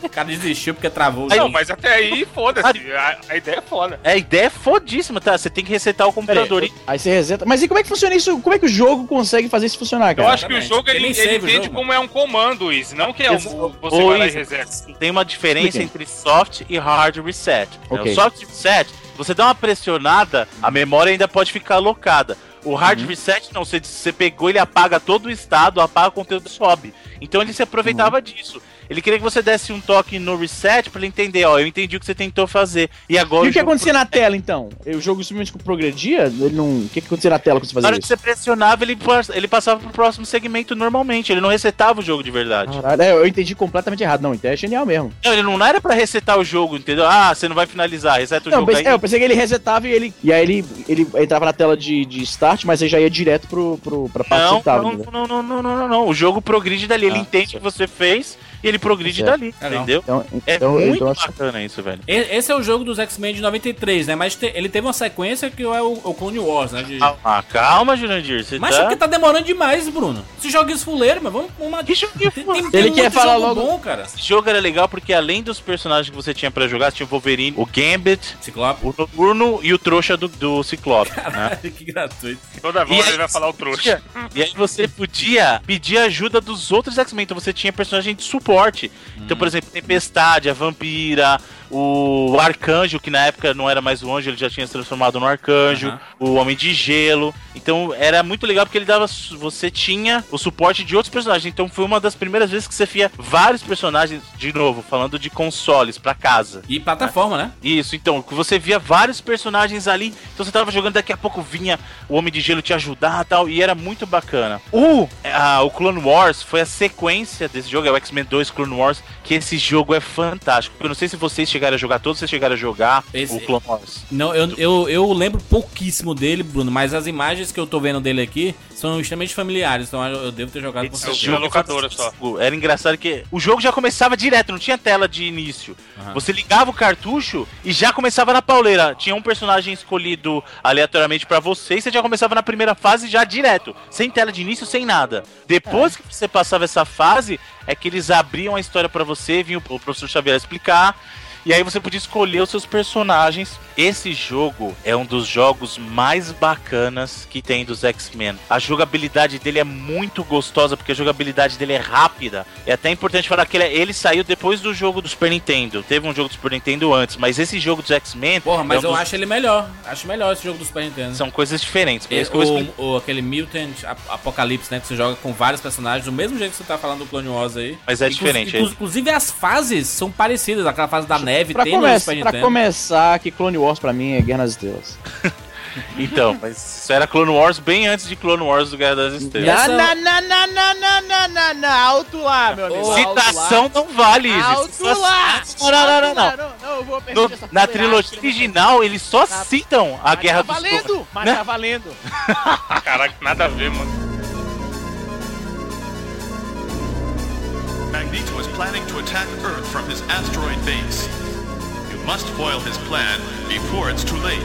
O cara desistiu porque travou. o Não, jogo. mas até aí, foda-se. A, a ideia é foda. É, A ideia é fodíssima, tá? Você tem que resetar o Peraí, computador. Aí você reseta. Mas e como é que funciona isso? Como é que o jogo consegue fazer isso funcionar, Eu cara? acho que o Exatamente. jogo Porque ele, nem ele save o entende jogo, como é um comando e 3, não que é o, Exato. você vai lá e Pois é. reseta. Tem uma diferença Explica. entre soft e hard reset. né? Ok. O soft reset, você dá uma pressionada, a memória ainda pode ficar alocada. O hard Uhum. reset, não, você, você pegou, ele apaga todo o estado, apaga o conteúdo e sobe. Então ele se aproveitava Uhum. disso. Ele queria que você desse um toque no reset pra ele entender, ó, eu entendi o que você tentou fazer. E agora. E o que jogo- acontecia na tela, então? O jogo simplesmente progredia? Ele não... O que que acontecia na tela quando você Na hora fazia que isso? você pressionava, ele, pas- ele passava pro próximo segmento normalmente. Ele não resetava o jogo de verdade. Caralho, é, eu entendi completamente errado. Não, então é genial mesmo. Não, ele não era pra resetar o jogo, entendeu? Ah, você não vai finalizar, reseta o Não, eu jogo pensei, aí. é, eu pensei que ele resetava e ele. E aí ele, ele entrava na tela de, de start, mas aí já ia direto pro, pro, pra parte Não, central. não, não, não, não, não, não, não. O jogo progride dali. né? Ele Ah, entende o certo. que você fez e ele progride Certo. dali, Legal. entendeu? Então, É então, muito então assim, bacana isso, velho. E- Esse é o jogo dos X-Men de 93, né? Mas te- ele teve uma sequência que é o, o Clone Wars, né? De- Ah, Calma, calma, Jurandir. Você Mas é tá... porque tá demorando demais, Bruno. Se joga isso fuleiro, mas vamos, vamos Que jogo que foi? Ele quer muito falar jogo logo- bom, cara. Esse jogo era legal porque além dos personagens que você tinha pra jogar, você tinha o Wolverine, o Gambit, Ciclope. o Noturno e o Trouxa do, do Ciclope, né? que gratuito. Toda E vez aí- é ele vai falar o trouxa. podia. E aí você podia pedir ajuda dos outros X-Men. Então você tinha personagem de suporte. Então, por exemplo, Tempestade, a Vampira, o Arcanjo, que na época não era mais o Anjo, ele já tinha se transformado no Arcanjo, Aham. o Homem de Gelo. Então era muito legal porque ele dava. su- Você tinha o suporte de outros personagens. Então foi uma das primeiras vezes que você via vários personagens, de novo, falando de consoles pra casa. E plataforma, né? Isso, então, que você via vários personagens ali, então você tava jogando, daqui a pouco vinha o Homem de Gelo te ajudar e tal, e era muito bacana. O, é, a- o Clone Wars foi a sequência desse jogo, é o X-Men 2 Clone Wars, que esse jogo é fantástico. Eu não sei se vocês chegaram a jogar, todos vocês chegaram a jogar Esse- o Clone Wars. Não, eu, eu, eu lembro pouquíssimo dele, Bruno, mas as imagens que eu tô vendo dele aqui são extremamente familiares, então eu eu devo ter jogado com Esse eu vi certeza. é jogo- na locadora só. fantástico. tipo. Era engraçado que o jogo já começava direto, não tinha tela de início. Aham. Você ligava o cartucho e já começava na pauleira. Tinha um personagem escolhido aleatoriamente pra você e você já começava na primeira fase já direto, sem tela de início, sem nada. Depois que você passava essa fase, é que eles abriam a história pra você, vinha o o professor Xavier explicar. E aí você podia escolher os seus personagens. Esse jogo é um dos jogos mais bacanas que tem dos X-Men. A jogabilidade dele é muito gostosa, porque a jogabilidade dele é rápida. É até importante falar que ele, ele saiu depois do jogo do Super Nintendo. Teve um jogo do Super Nintendo antes, mas esse jogo dos X-Men. Porra, mas é um eu dos- acho ele melhor. Acho melhor esse jogo do Super Nintendo. São coisas diferentes. Por É, isso que eu vou explicar. o, o- aquele Mutant Ap- Apocalipse, né? Que você joga com vários personagens, do mesmo jeito que você tá falando do Clone Wars aí. Mas é Inclu- diferente, inclu- Inclusive as fases são parecidas, aquela fase da neve pra, tem come- no Super pra Nintendo. começar, que Clone Wars pra mim é Guerra nas Estrelas. Então, mas isso era Clone Wars bem antes de Clone Wars do Guerra das Estrelas. Essa- Na, na, na, na, na, na, na, na, alto lá, meu amigo. Ô, Citação não vale, gente. Alto lá! Não, não, não, não, não. Alto lá, Não, eu vou perder No- essa na fuleiragem que trilogia ele original, eles só Tá- citam a Mas Guerra tá dos valendo, Clones, mas né? tá valendo. Caraca, nada a ver, mano. Magneto is planning to attack Earth from his asteroid base. You must foil his plan before it's too late.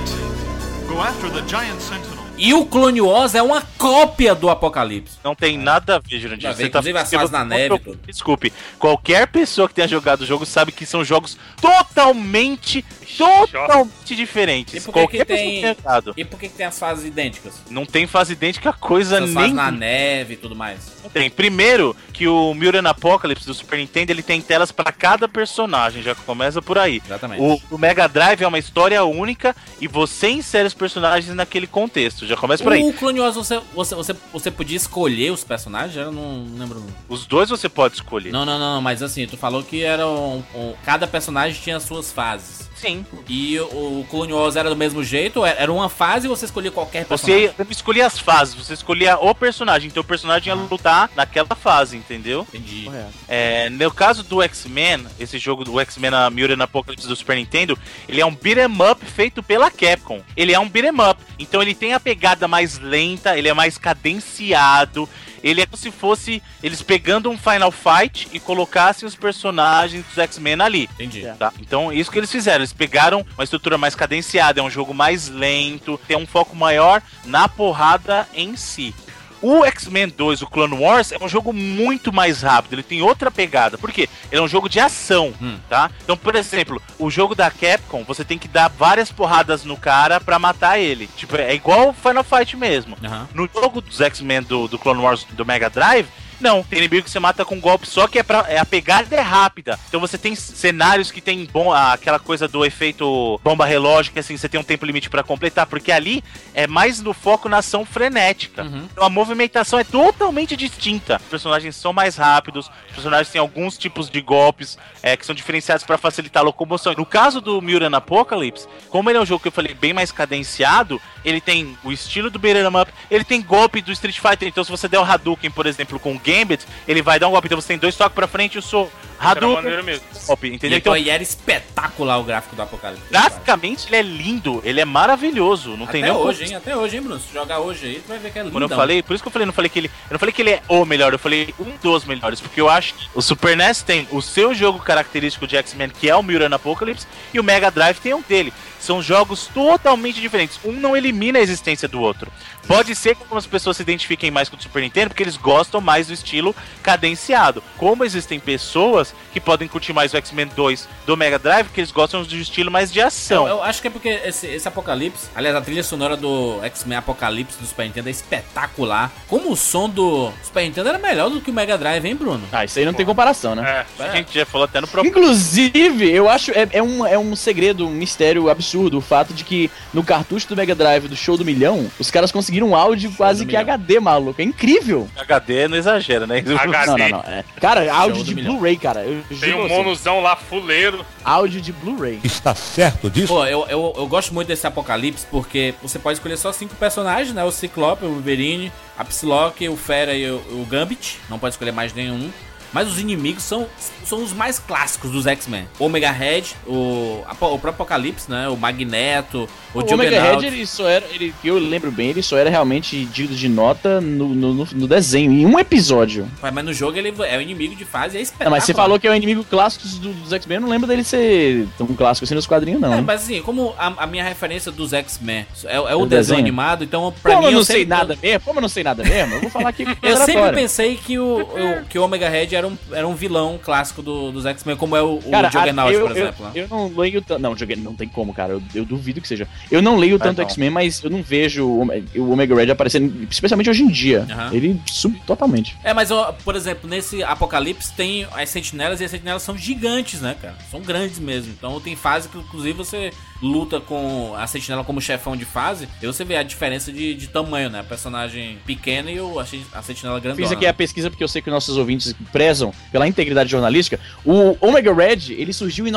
Go after the giant sentinel. E o Clone Wars é uma cópia do Apocalipse. Não tem nada a ver, Jurandir. Nada a ver, Você tá- inclusive as você- fases na não, neve, não, tudo. Desculpe. Qualquer pessoa que tenha jogado o jogo sabe que são jogos totalmente, totalmente E diferentes. por que Qualquer que pessoa tem- que tenha jogado. E por que, que tem as fases idênticas? Não tem fase idêntica a coisa Essas fases nem. na neve e tudo mais. Tem. Primeiro, que o Muran Apocalypse do Super Nintendo ele tem telas pra cada personagem, já começa por aí. Exatamente. O, o Mega Drive é uma história única e você insere os personagens naquele contexto. Já começa por aí. O Clone Wars, você, você, você, você podia escolher os personagens? Eu não lembro. Os dois você pode escolher. Não, não, não, mas assim, tu falou que era um- um- cada personagem tinha suas fases. Sim. E o Clone Wars era do mesmo jeito? Era era uma fase e você escolhia qualquer personagem? Você não escolhia as fases, você escolhia o personagem. Então o personagem ia lutar naquela fase, entendeu? Entendi. Correto. É, no caso do X-Men, esse jogo do X-Men a Mutant Apocalypse do Super Nintendo, ele é um beat'em up feito pela Capcom. Ele é um beat'em up, então ele tem a pegada mais lenta, ele é mais cadenciado, ele é como se fosse eles pegando um Final Fight e colocassem os personagens dos X-Men ali. Entendi. É. Tá? Então, isso que eles fizeram. Eles pegaram uma estrutura mais cadenciada, é um jogo mais lento, tem um foco maior na porrada em si. O X-Men 2, o Clone Wars, é um jogo muito mais rápido, ele tem outra pegada. Por quê? Ele é um jogo de ação, Hum. tá? Então, por exemplo, o jogo da Capcom, você tem que dar várias porradas no cara pra matar ele. Tipo, é igual Final Fight mesmo. Aham. No jogo dos X-Men do, do Clone Wars do Mega Drive, Não, tem inimigo que você mata com golpe só que é pra, é, a pegada é rápida. Então você tem cenários que tem bom, ah, aquela coisa do efeito bomba relógio, que assim, você tem um tempo limite pra completar, porque ali é mais no foco na ação frenética. Uhum. Então a movimentação é totalmente distinta. Os personagens são mais rápidos, os personagens têm alguns tipos de golpes é, que são diferenciados pra facilitar a locomoção. No caso do Muran Apocalypse, como ele é um jogo que eu falei bem mais cadenciado, ele tem o estilo do beat'em up, ele tem golpe do Street Fighter. Então se você der o Hadouken, por exemplo, com o Gambit, ele vai dar um golpe. Então você tem dois toques pra frente e o sou Hadouken. maneiro mesmo. Golpe, E, entendeu? então, Então, e era espetacular o gráfico do Apocalipse. graficamente ele é lindo, ele é maravilhoso, não tem Até nem o hoje, hein? Até hoje, hein, Bruno? Se jogar hoje aí, tu vai ver que é lindo. Quando eu falei, por isso que eu falei, não falei que ele. Eu não falei que ele é o melhor, eu falei um dos melhores, porque eu acho que o Super NES tem o seu jogo característico de X-Men, que é o Muran Apocalypse, e o Mega Drive tem um dele. São jogos totalmente diferentes. Um não elimina a existência do outro. Pode ser que algumas pessoas se identifiquem mais com o Super Nintendo, porque eles gostam mais do estilo cadenciado. Como existem pessoas que podem curtir mais o X-Men 2 do Mega Drive, porque eles gostam do estilo mais de ação. Eu, eu acho que é porque esse, esse Apocalipse, aliás, a trilha sonora do X-Men Apocalipse do Super Nintendo é espetacular. Como o som do Super Nintendo era melhor do que o Mega Drive, hein, Bruno? Ah, isso aí não tem comparação, né? É, isso a gente já falou até no próprio. Inclusive, eu acho é, é um, é um segredo, um mistério absurdo o fato de que no cartucho do Mega Drive do Show do Milhão, os caras conseguiram um áudio quase que Milhão. HD, maluco. É incrível. HD não exagera, né? HD. Não, não, não. é. Cara, áudio Ah, do de Milhão. Blu-ray, cara. Eu Tem juro pra um você. monozão lá fuleiro. Áudio de Blu-ray. Está certo disso? Pô, eu, eu, eu gosto muito desse Apocalipse porque você pode escolher só cinco personagens, né? O Ciclope, o Wolverine, a Psylocke, o Fera e o, o Gambit. Não pode escolher mais nenhum. Mas os inimigos são, são os mais clássicos dos X-Men. Omega Head, o, Apo- o próprio Apocalipse, né? O Magneto, o, O, Omega Juggernaut. Head, ele só era. Ele, que eu lembro bem, ele só era realmente digno de nota no, no, no- no desenho, em um episódio. Mas mas no jogo ele é o inimigo de fase, é espetacular. Não, mas você falou que é o inimigo clássico do- dos X-Men, eu não lembro dele ser tão clássico assim nos quadrinhos, não. É, hein? mas assim, como a, a minha referência dos X-Men é, é o O desenho, desenho. animado, então pra Como mim eu não sempre- sei nada mesmo, como eu não sei nada mesmo, eu vou falar aqui. Eu sempre aleatório. pensei que o, o- que o Omega Red era um, era um vilão clássico do, dos X-Men, como é o, o Cara, Juggernaut, eu, por exemplo. né? Eu, eu não leio tanto. Não, Juggernaut não tem como, cara. Eu, eu duvido que seja. Eu não É leio Vai tanto não. X-Men, mas eu não vejo o Ome- o Omega Red aparecendo, especialmente hoje em dia. Aham. Ele subiu totalmente. É, mas, ó, por exemplo, nesse Apocalipse tem as sentinelas e as sentinelas são gigantes, né, cara? São grandes mesmo. Então tem fase que, inclusive, você luta com a sentinela como chefão de fase e você vê a diferença de, de tamanho, né? A personagem pequena e o, a, sen- a sentinela grandona. Fiz aqui a pesquisa porque eu sei que nossos ouvintes prezam pela integridade jornalística. O Omega Red, ele surgiu em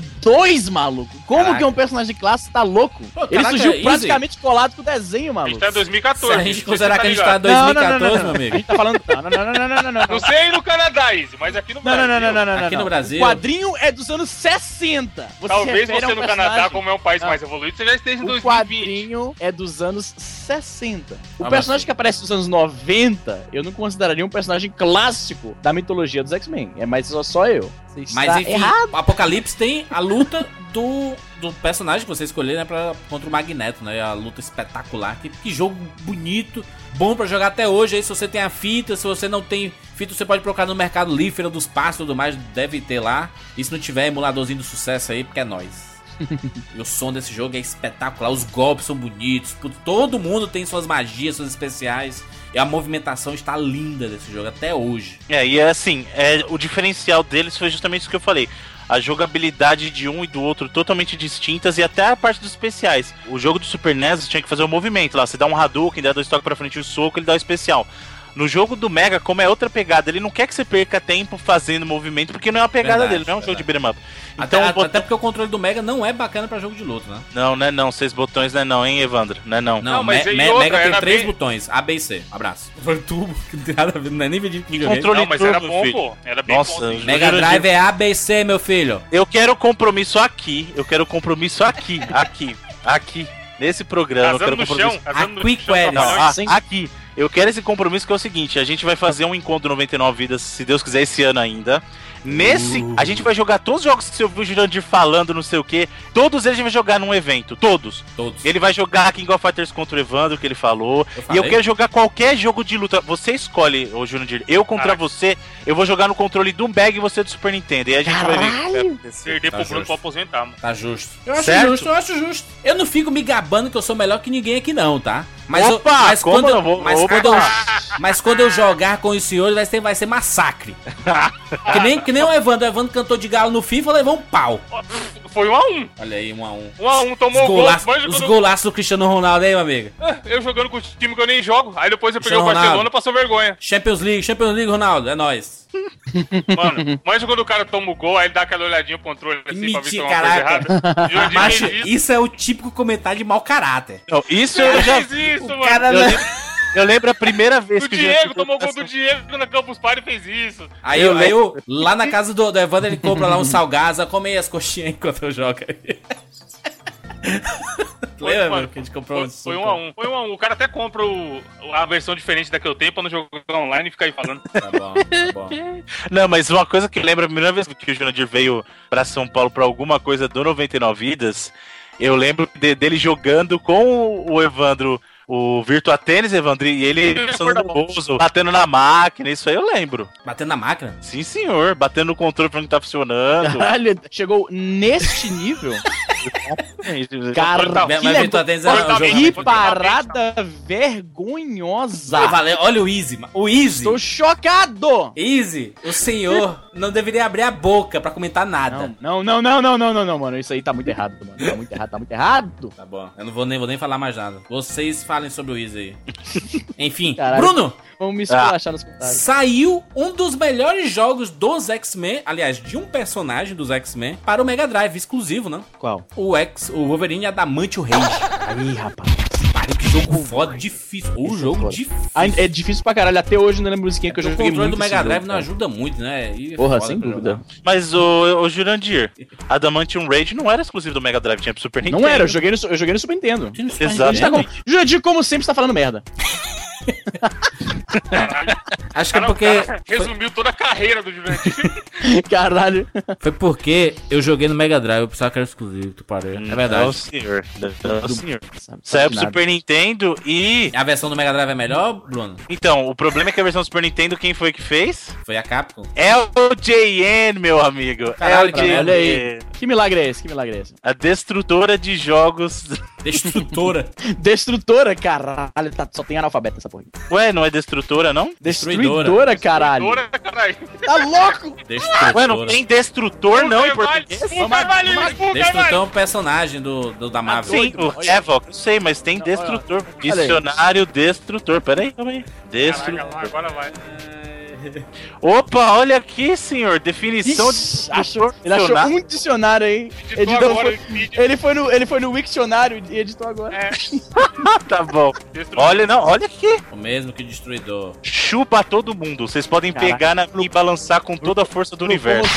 92, maluco. Como Caraca. que um personagem de classe tá louco? Pô, ele caraca, surgiu easy. praticamente colado com o desenho, A maluco. gente tá em Se 2014. a gente você considerar tá que a gente tá em ligado. 2014, Não, não, não, não, meu não. A amigo. gente tá falando. Não, não, não, não, não, não, não. Não sei no Canadá, Izzy, mas aqui no Não, não, não, Brasil. não, não, não, não, Aqui não. no Brasil- O quadrinho é dos anos 60. Você Talvez se refere a você um no Canadá, personagem- como é um país Não. mais evoluído, você já um esteja em O 2020. quadrinho é dos anos 60. O Ah, personagem mas- que aparece nos anos 90, eu não consideraria um personagem clássico da mitologia dos X-Men. É mais só, só eu. Você está Mas enfim, tá errado. o Apocalipse tem a luta do, do personagem que você escolher, né? Pra, contra o Magneto, né? A luta espetacular. Que, que jogo bonito, bom pra jogar até hoje. Aí se você tem a fita, se você não tem fita, você pode procurar no Mercado Livre, Feira dos Passos e tudo mais. Deve ter lá. E se não tiver, emuladorzinho do sucesso aí, porque é nóis. E o som desse jogo é espetacular, os golpes são bonitos, pô, todo mundo tem suas magias, suas especiais, e a movimentação está linda desse jogo até hoje. É, e é assim, é, o diferencial deles foi justamente isso que eu falei. A jogabilidade de um e do outro totalmente distintas e até a parte dos especiais. O jogo do Super NES tinha que fazer um movimento lá. Você dá um Hadouken, dá dois toques pra frente e o soco, ele dá o especial. No jogo do Mega, como é outra pegada, ele não quer que você perca tempo fazendo movimento, porque não é uma pegada Verdade, dele, não é um jogo de beat'em up. Até, Então, o até botão... porque o controle do Mega não é bacana pra jogo de luta, né? Não, não é não, seis botões não é não, hein, Evandro? Não é não. Não, Não, mas me- e me- outra, Mega tem era três bem- botões, A, B e C. Abraço. Controle tubo, que não tem nada a ver, não é nem vídeo de videogame. controle Não, mas era turbo, bom, filho. pô. Era bem Nossa, bom. sim. Mega Juro, Drive é A, B e C, meu filho. Eu quero compromisso aqui, eu quero compromisso aqui, aqui, aqui. Nesse programa, eu Casando quero no chão. compromisso. Casando no Quick chão. Quest. Não, trabalhando. a- sem- aqui. Eu quero esse compromisso que é o seguinte: a gente vai fazer um encontro 99 vidas, se Deus quiser, esse ano ainda. Nesse, a gente vai jogar todos os jogos que você ouviu o Jurandir falando, não sei o que. Todos eles a gente vai jogar num evento. Todos. Todos. Ele vai jogar King of Fighters contra o Evandro, que ele falou. Eu e eu falei? quero jogar qualquer jogo de luta. Você escolhe, ô Jurandir. Eu contra Caraca. você, eu vou jogar no controle do Bag e você é do Super Nintendo. E a gente vai ver. o que vai acontecer. Perder Tá pro Bruno justo. pra aposentar, mano. Tá justo. Eu acho Certo? justo, eu acho justo. Eu não fico me gabando que eu sou melhor que ninguém aqui não, tá? Mas, eu, Opa, mas como quando, eu vou- mas opa. quando eu, Mas quando eu jogar com os senhores, vai ser, vai ser massacre. que, nem, que nem o Evandro. O Evandro cantou de galo no FIFA, levou um pau. Foi um a um. Olha aí, um a um. Um a um, tomou Os o gol. golaços manja os quando- golaços do Cristiano Ronaldo aí, meu amigo. Ah, Eu jogando com o time que eu nem jogo. Aí depois eu peguei Cristiano o Barcelona Ronaldo. e passou vergonha. Champions League, Champions League, Ronaldo. É nóis. Mano, manja quando o cara toma o gol, aí ele dá aquela olhadinha pro controle assim pra ver se tem Mentira, uma coisa caraca. errada. Jordi Macho, fez isso. isso é o típico comentário de mau caráter. Não, isso eu já. Fez isso, O mano. cara né? Eu não- lembro, eu lembro a primeira vez O que eu já Diego tive tomou o gol do educação. Diego na Campus Party e fez isso. Aí, eu, aí eu- lá na casa do, do Evandro, ele compra lá um salgado, só come aí as coxinhas enquanto eu jogo aí. Lembra mano, que a gente comprou um Foi, foi um a um. Foi um a um. O cara até compra o- a versão diferente da que eu tenho pra não jogar online e ficar aí falando. Tá bom, tá bom. Não, mas uma coisa que lembra a primeira vez que o Jurandir veio pra São Paulo pra alguma coisa do 99 Vidas, eu lembro de- dele jogando com o Evandro, o Virtua Tênis, Evandro, e ele passando nervoso, batendo na máquina, isso aí eu lembro. Batendo na máquina? Sim, senhor, batendo no controle pra não tá funcionando. Caralho, chegou neste nível? Cara, Tá, Mas que, nego- Virtua Tennis é um tá jogo- bem. que parada vergonhosa. Ah, valeu. Olha o Easy. ma- O Easy. Estou chocado. Easy, o senhor não deveria abrir a boca pra comentar nada. Não, não, não, não, não, não, não, mano. Isso aí tá muito errado, mano. Tá muito errado, tá muito errado. Tá bom. Eu não vou nem, vou nem falar mais nada. Vocês falem sobre o Easy aí. Enfim. Caralho. Bruno, Vamos me esculachar nos comentários. Saiu um dos melhores jogos dos X-Men, aliás, de um personagem dos X-Men, para o Mega Drive, exclusivo, né? Qual? O X, o Wolverine e Adamantio Rage. Aí, rapaz. Pariu, que jogo foda, difícil. Ô, jogo foda. difícil. Ah, é difícil pra caralho. Até hoje eu não lembro a musiquinha que eu já o joguei controle muito. do esse Mega jogo, Drive não cara. ajuda muito, né? E é Porra, foda sem pra dúvida. jogar. Mas o, o Jurandir, Adamantium Rage não era exclusivo do Mega Drive, tinha pro Super Nintendo. Não era, eu joguei no, eu joguei no Super Nintendo. Tinha no Super Exato. Nintendo? Tá com- Jurandir, como sempre, está falando merda. Acho que é Cara, porque. o cara resumiu toda a carreira do Juventus. Caralho. Foi porque eu joguei no Mega Drive, eu pensava que era exclusivo, tu parou. Hum, É Não, verdade. senhor. Não, senhor. Sabe, Saiu pro nada. é Super Nintendo e. A versão do Mega Drive é melhor, Bruno? Então, o problema é que a versão do Super Nintendo, quem foi que fez? Foi a Capcom. É o JN, meu amigo. Caralho, é o JN. cara, Olha aí. Que milagre é esse? Que milagre é esse? A destrutora de jogos. Destrutora. Destrutora, caralho. Tá, só tem analfabeto nessa porra. aqui. Ué, não é destrutora, não? Destruidora. Destruidora, caralho. Dora, caralho. Tá louco? Destrutora. Ué, não tem destrutor, não, é em português? Destrutor é um personagem do, do- Tá da Marvel. Ah, Sim, o Evox, não sei, mas tem destrutor. Dicionário destrutor. Pera aí, calma aí. Destrutor. Caraca, agora vai. Opa, olha aqui, senhor. Então Definição de Ixi, destrutor. Ele achou dicionário. um dicionário aí. Editou Editou agora foi- o vídeo. ele, foi no, ele foi no Wiktionário e editou agora. É, Tá bom. destrutor. Olha, não, olha aqui. O mesmo que Destruidor. Chupa todo mundo. Vocês podem Caraca. pegar na, e balançar com toda a força do universo.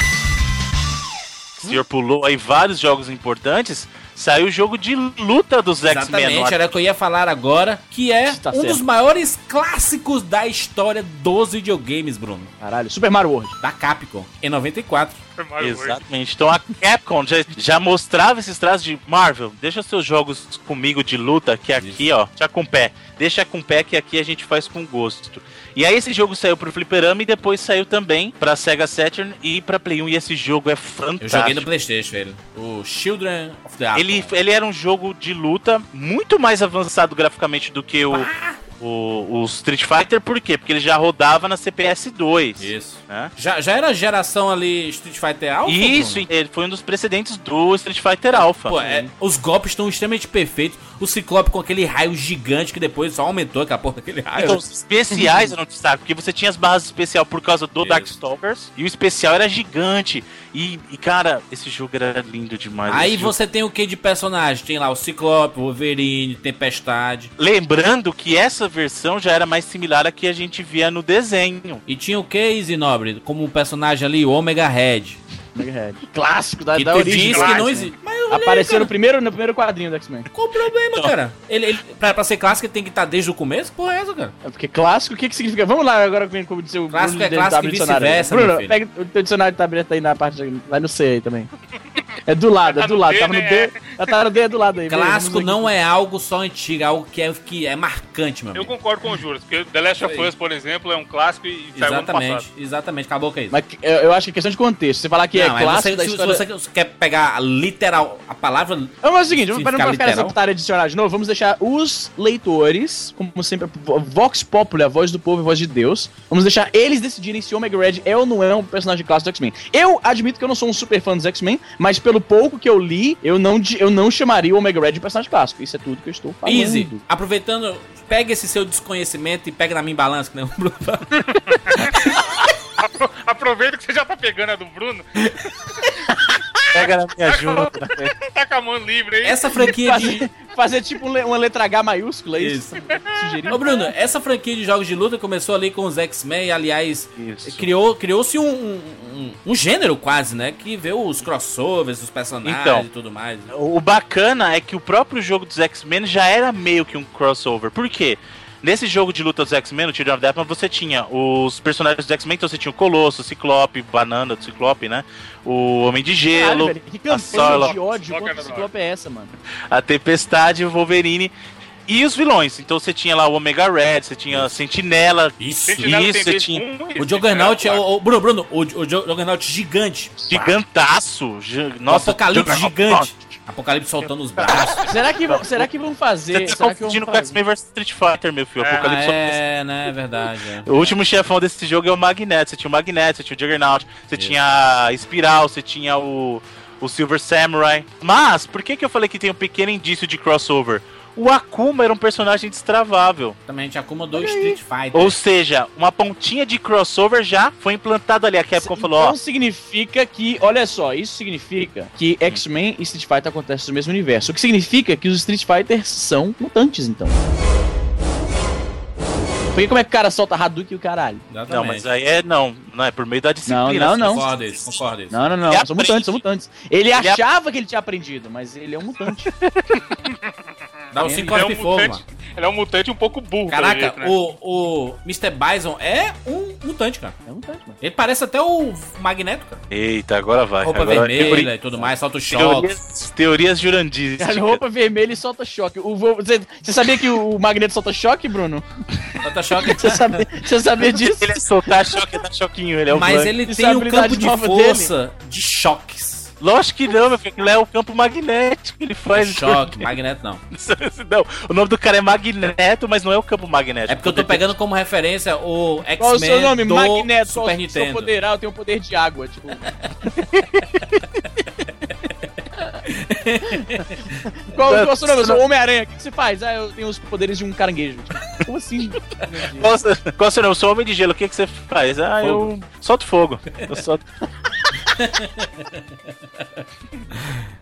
O senhor pulou aí vários jogos importantes. Saiu o jogo de luta dos X-Men. é? Exatamente, era o que eu ia falar agora, que é Tá um certo. dos maiores clássicos da história dos videogames, Bruno. Caralho, Super Mario World. Da Capcom, em 94. Super Mario World. Exatamente. Então a Capcom já, já mostrava esses traços de Marvel. Deixa seus jogos comigo de luta, que aqui, ó, já com pé. Deixa com pé que aqui a gente faz com gosto. E aí esse jogo saiu pro Fliperama e depois saiu também pra Sega Saturn e pra Play 1. E esse jogo é Eu fantástico. joguei no Playstation, ele. O Children of the Atom. Ele, ele era um jogo de luta muito mais avançado graficamente do que o, o, o Street Fighter, por quê? Porque ele já rodava na CPS 2. Isso. É Né? Já, já era geração ali Street Fighter Alpha? Isso, Bruno? ele foi um dos precedentes do Street Fighter Alpha. Pô, é, os golpes estão extremamente perfeitos. O Ciclope com aquele raio gigante que depois só aumentou aquela porra daquele raio. Então, os especiais eram destaque, porque você tinha as barras especial por causa do Isso. Darkstalkers, e o especial era gigante. E, e, cara, esse jogo era lindo demais. Aí esse jogo. você tem o que de personagem? Tem lá o Ciclope, o Wolverine, Tempestade. Lembrando que essa versão já era mais similar à que a gente via no desenho. E tinha o Casey Nobre como um personagem ali, o Omega Red. Megahead. Clássico da, Que É da tu origem. né? diz que não existe. Mas olha aí, Apareceu cara, no primeiro, no primeiro quadrinho do X-Men. Qual o problema, Então. cara? Ele, ele, pra, pra ser clássico, ele tem que estar desde o começo? Porra, é essa, cara? É porque clássico, o que que significa? Vamos lá agora com como dizer o Clássico é de- clássico abre e o dicionário. vice-versa, meu Bruno, filho. pega o teu dicionário que tá aberto aí na parte, de- vai no C aí também. É do lado, é Tá do no lado, D, tava no né? D, Mataram o dedo do lado aí. Clássico vamos aqui. não é algo só antigo, é algo que é, que é marcante, meu Eu amigo. concordo com o Juras, porque The Last of Us, por exemplo, é um clássico e saiu ano Exatamente, passado. exatamente. Acabou que é isso. Mas que- eu, eu acho que é questão de contexto. Você falar que Não, é você, clássico da se- se história... você que- quer pegar a literal a palavra. Não, mas é o seguinte, vamos- para não Significar ficar essa literal. putaria de dicionário de novo, vamos deixar os leitores, como sempre, vo- Vox Populi, a voz do povo e a voz de Deus, vamos deixar eles decidirem se Omega Red é ou não é um personagem clássico do X-Men. Eu admito que eu não sou um super fã dos X-Men, mas pelo pouco que eu li, eu não, di- eu não chamaria o Omega Red de personagem clássico. Isso é tudo que eu estou falando. Easy, aproveitando, pega esse seu desconhecimento e pega na minha balança, que nem o Bruno fala. Apro- Aproveita que você já tá pegando a do Bruno. Pega na minha junta. tá com a mão livre aí. Essa franquia de. Fazer, fazer tipo um le- uma letra H maiúscula, é isso? Sugerir. Ô Bruno, essa franquia de jogos de luta começou ali com os X-Men, e, aliás, Isso. criou- criou-se um, um- um- um gênero quase, né? Que vê os crossovers, os personagens Então. e tudo mais. né? O bacana é que o próprio jogo dos X-Men já era meio que um crossover. Por quê? Nesse jogo de luta dos X-Men, no Children of the Atom, você tinha os personagens dos X-Men, então você tinha o Colosso, o Ciclope, Banana do Ciclope, né? O Homem de Caralho, Gelo, velho, que a Sorla, campanha de ódio Soca contra o na Ciclope é essa, mano? a Tempestade, o Wolverine e os vilões. Então você tinha lá o Omega Red, você tinha a Sentinela, Isso. Sentinela Isso, tem tinha- um, O Sentinela Juggernaut é quatro. o. o- Bruno, Bruno, o, o Ju- Juggernaut gigante. gigantaço. gi- Nossa, Apocalipse Juggernaut. gigante. Apocalipse soltando os braços. Será que vão, será que vão Você fazer... tá será que vão confundindo com fazer- X-Men vs Street Fighter, meu filho. É, Apocalipse Ah, só- é, né? É verdade. é. O último chefão desse jogo é o Magneto. Você tinha o Magneto, você tinha o Juggernaut, você tinha a Espiral, você tinha o, o Silver Samurai. Mas, por que, que eu falei que tem um pequeno indício de crossover? O Akuma era um personagem destravável. Também a gente acumulou Street Fighter. Ou seja, uma pontinha de crossover já foi implantada ali. A Capcom falou, ó, Então significa que, olha só, isso significa que X-Men e Street Fighter acontecem no mesmo universo. O que significa que os Street Fighters são mutantes, então. Porque como é que o cara solta Hadouken e o caralho? então, Exatamente. não, mas aí é não, não é por meio da disciplina. Não, não, não. Concordo isso, concordo isso. Não, não, não, Ele são aprende. mutantes, são mutantes. Ele, Ele achava que ele tinha aprendido, mas ele é um mutante. Dá um Ele cinco Ele é, corpos um e fogo, mano. mutante, ele é um mutante um pouco burro. pelo Caraca, jeito, né? o, o Mr. Bison é um mutante, cara. É um mutante, mano. Ele parece até o Magneto, cara. Eita, agora vai. Roupa agora vermelha teori- e tudo mais, solta os choques. Teorias, teorias jurandísticas. Cara, roupa vermelha e solta choque. O Vol- Você você sabia que o Magneto solta choque, Bruno? Solta choque. Você sabia, você sabia disso? Ele é soltar choque, é dar choquinho, ele é o Mas Blank. ele Isso tem é a um campo habilidade de nova força de choques. Lógico que não, meu filho. Aquilo é o campo magnético que ele faz. É um Choque, Magneto não. Não, o nome do cara é Magneto, mas não é o campo magnético. É porque eu tô pegando como referência o X-Men Qual é o seu nome? do Magneto. Super eu sou Nintendo. poderal, eu tenho poder de água. Tipo. qual, qual o seu nome? Eu sou o Homem-Aranha. O que que você faz? Ah, eu tenho os poderes de um caranguejo. Tipo, Como assim? Qual, qual o seu nome? Eu sou homem de gelo. O que, que você faz? Ah, Fogo. eu solto fogo. Eu solto...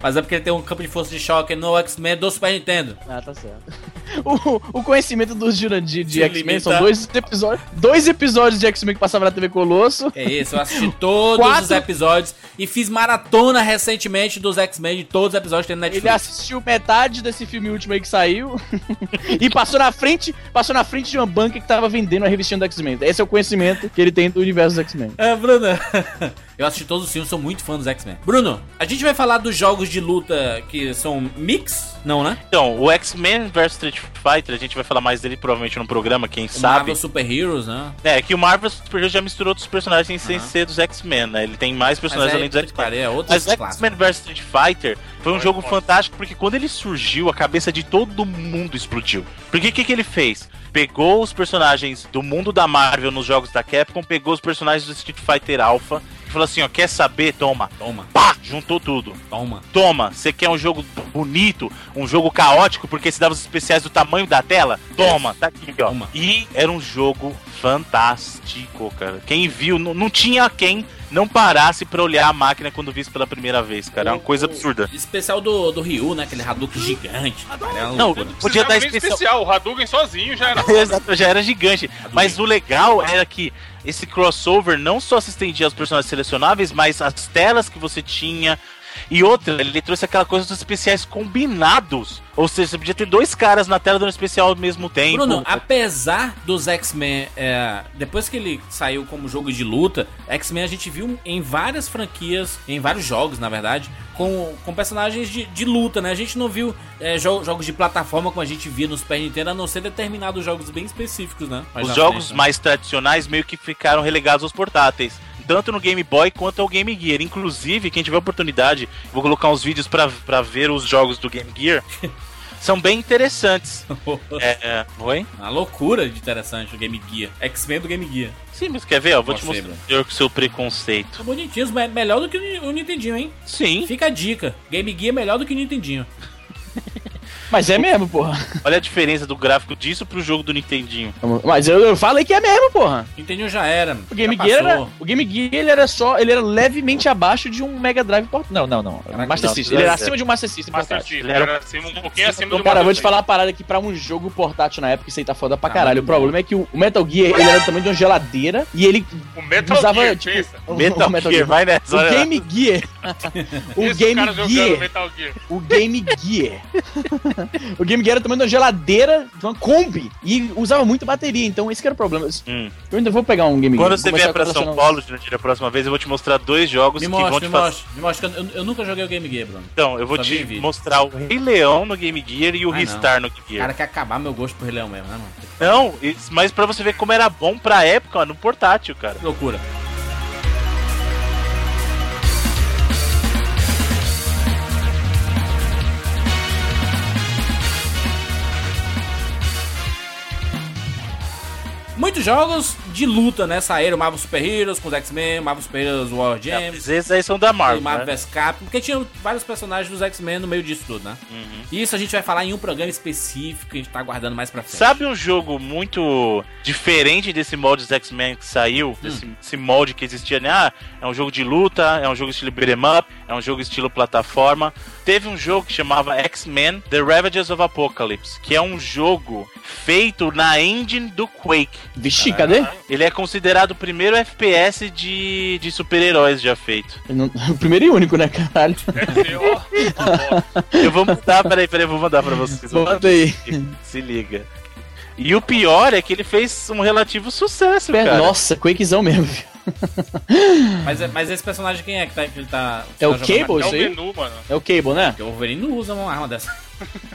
Mas é porque ele tem um campo de força de choque no X-Men do Super Nintendo. ah, tá certo. O, o conhecimento dos Jurandir de Se X-Men são limita. dois episódios, dois episódios de X-Men que passavam na TV Colosso. É isso, eu assisti todos os Quatro. episódios e fiz maratona recentemente dos X-Men de todos os episódios que tem no Ele Netflix. assistiu metade desse filme último aí que saiu e passou na frente, passou na frente de uma banca que tava vendendo a revistinha do X-Men. Esse é o conhecimento que ele tem do universo do X-Men. É, Bruna. Eu assisti todos os filmes, sou muito fã dos X-Men. Bruno, a gente vai falar dos jogos de luta que são mix? Não, né? Então, o X-Men vs Street Fighter, a gente vai falar mais dele provavelmente no programa, quem O sabe. Marvel Super Heroes, né? É, que o Marvel Super Heroes já misturou outros personagens sem Aham. ser dos X-Men, né? Ele tem mais personagens além dos puta que X-Men. pariu, é outro Mas clássico. X-Men vs Street Fighter foi um Olha, jogo olha. fantástico porque quando ele surgiu, a cabeça de todo mundo explodiu. Porque o que, que ele fez? Pegou os personagens do mundo da Marvel nos jogos da Capcom, pegou os personagens do Street Fighter Alpha e falou assim: ó, quer saber? Toma. Toma, Pá! Juntou tudo. toma. Toma, você quer um jogo bonito, um jogo caótico, porque se dava os especiais do tamanho da tela? Toma, tá aqui, ó. Toma. E era um jogo fantástico, cara. Quem viu, não, não tinha quem não parasse pra olhar a máquina quando visse pela primeira vez, cara. É uma coisa absurda. Especial do, do Ryu, né? Aquele Hadouken gigante. cara, é uma Não, loucura. podia Precisava dar nem especial. O Hadouken sozinho já era. Exato, já era gigante. Mas o legal era que esse crossover não só se estendia aos personagens selecionáveis, mas as telas que você tinha. E outra, ele trouxe aquela coisa dos especiais combinados. Ou seja, você podia ter dois caras na tela dando especial ao mesmo tempo. Bruno, apesar dos X-Men, é, depois que ele saiu como jogo de luta, X-Men a gente viu em várias franquias, em vários jogos, na verdade, com, com personagens de, de luta, né? A gente não viu é, jo- jogos de plataforma como a gente via no Super Nintendo, a não ser determinados jogos bem específicos, né? Mais Os na jogos frente, né? mais tradicionais meio que ficaram relegados aos portáteis. Tanto no Game Boy quanto ao Game Gear. Inclusive, quem tiver oportunidade, vou colocar uns vídeos pra pra ver os jogos do Game Gear. São bem interessantes. É, é, Oi? né? Uma loucura de interessante o Game Gear. X-Men do Game Gear. Sim, mas quer ver? Ó, vou te Você, mostrar o seu preconceito. Tá bonitinho, me- melhor do que o Ni- o Nintendinho, hein? Sim, Fica a dica. Game Gear é melhor do que o Nintendinho. Mas é mesmo, porra. olha a diferença do gráfico disso pro jogo do Nintendinho. Mas eu, eu falei que é mesmo, porra. Nintendinho já era. O Game já Gear era, passou. o Game Gear ele era só, ele era levemente abaixo de um Mega Drive port... Não, não, não. Caraca, Master não, System. Ele era é. acima de um Master System Master portátil. Chief, Ele era- era assim, um pouquinho acima Então, do cara, eu vou te Master Chief. falar uma parada que pra um jogo portátil na época isso aí tá foda pra Tá caralho. muito O problema é que o Metal Gear ele era do tamanho de uma geladeira e ele O Metal usava Gear, tipo pensa. o- o Metal, Gear, vai nessa. O olha lá. Game Gear. o Esse Game cara jogando Gear. Metal Gear. O Game Gear. o Game Gear era também de uma geladeira, de uma Kombi. E usava muito bateria, então esse que era o problema. Hum. Eu ainda vou pegar um Game Quando Gear. você vou começar vier pra a São colecionar- um- Paulo, Jurandir, a próxima vez, eu vou te mostrar dois jogos Me Tipo assim, que mostra, vão me te fazer. mostra. Me mostra que eu, eu- eu nunca joguei o Game Gear, Bruno. Então, eu vou Só vi te em vídeo. mostrar o Rei Leão no Game Gear e o Ah, Ristar no Game Gear. Cara, quer acabar meu gosto por Rei Leão mesmo, né, mano? Não, isso- mas pra você ver como era bom pra época, ó, no portátil, cara. Que loucura. Muitos jogos de luta, né? Saíram Marvel Super Heroes com os X-Men, Marvel Super Heroes War Games. Esses aí são da Marvel, Marvel Marvel, né? vs Capcom, porque tinha vários personagens dos X-Men no meio disso tudo, né? E isso a gente vai falar em um programa específico que a gente tá aguardando mais pra frente. Sabe um jogo muito diferente desse molde dos X-Men que saiu? Desse esse molde que existia, né? Ah, é um jogo de luta, é um jogo estilo beat'em up, é um jogo estilo plataforma. Teve um jogo que chamava X-Men The Ravages of Apocalypse, que é um jogo feito na engine do Quake. Vixe, cadê? Ele é considerado o primeiro FPS de, de super-heróis já feito. Eu não- O primeiro e único, né, caralho? Deve ser, É, ó, uma bosta. Eu vou mandar, peraí, peraí, eu vou mandar pra vocês. Bota aí. Se liga. E o pior é que ele fez um relativo sucesso, cara. Nossa, Quakezão mesmo. viu? Mas, é- mas esse personagem quem é que tá. Que ele tá que É tá o jogando? Cable? É o Isso aí? menu, mano. É o Cable, né? Porque o Wolverine não usa uma arma dessa.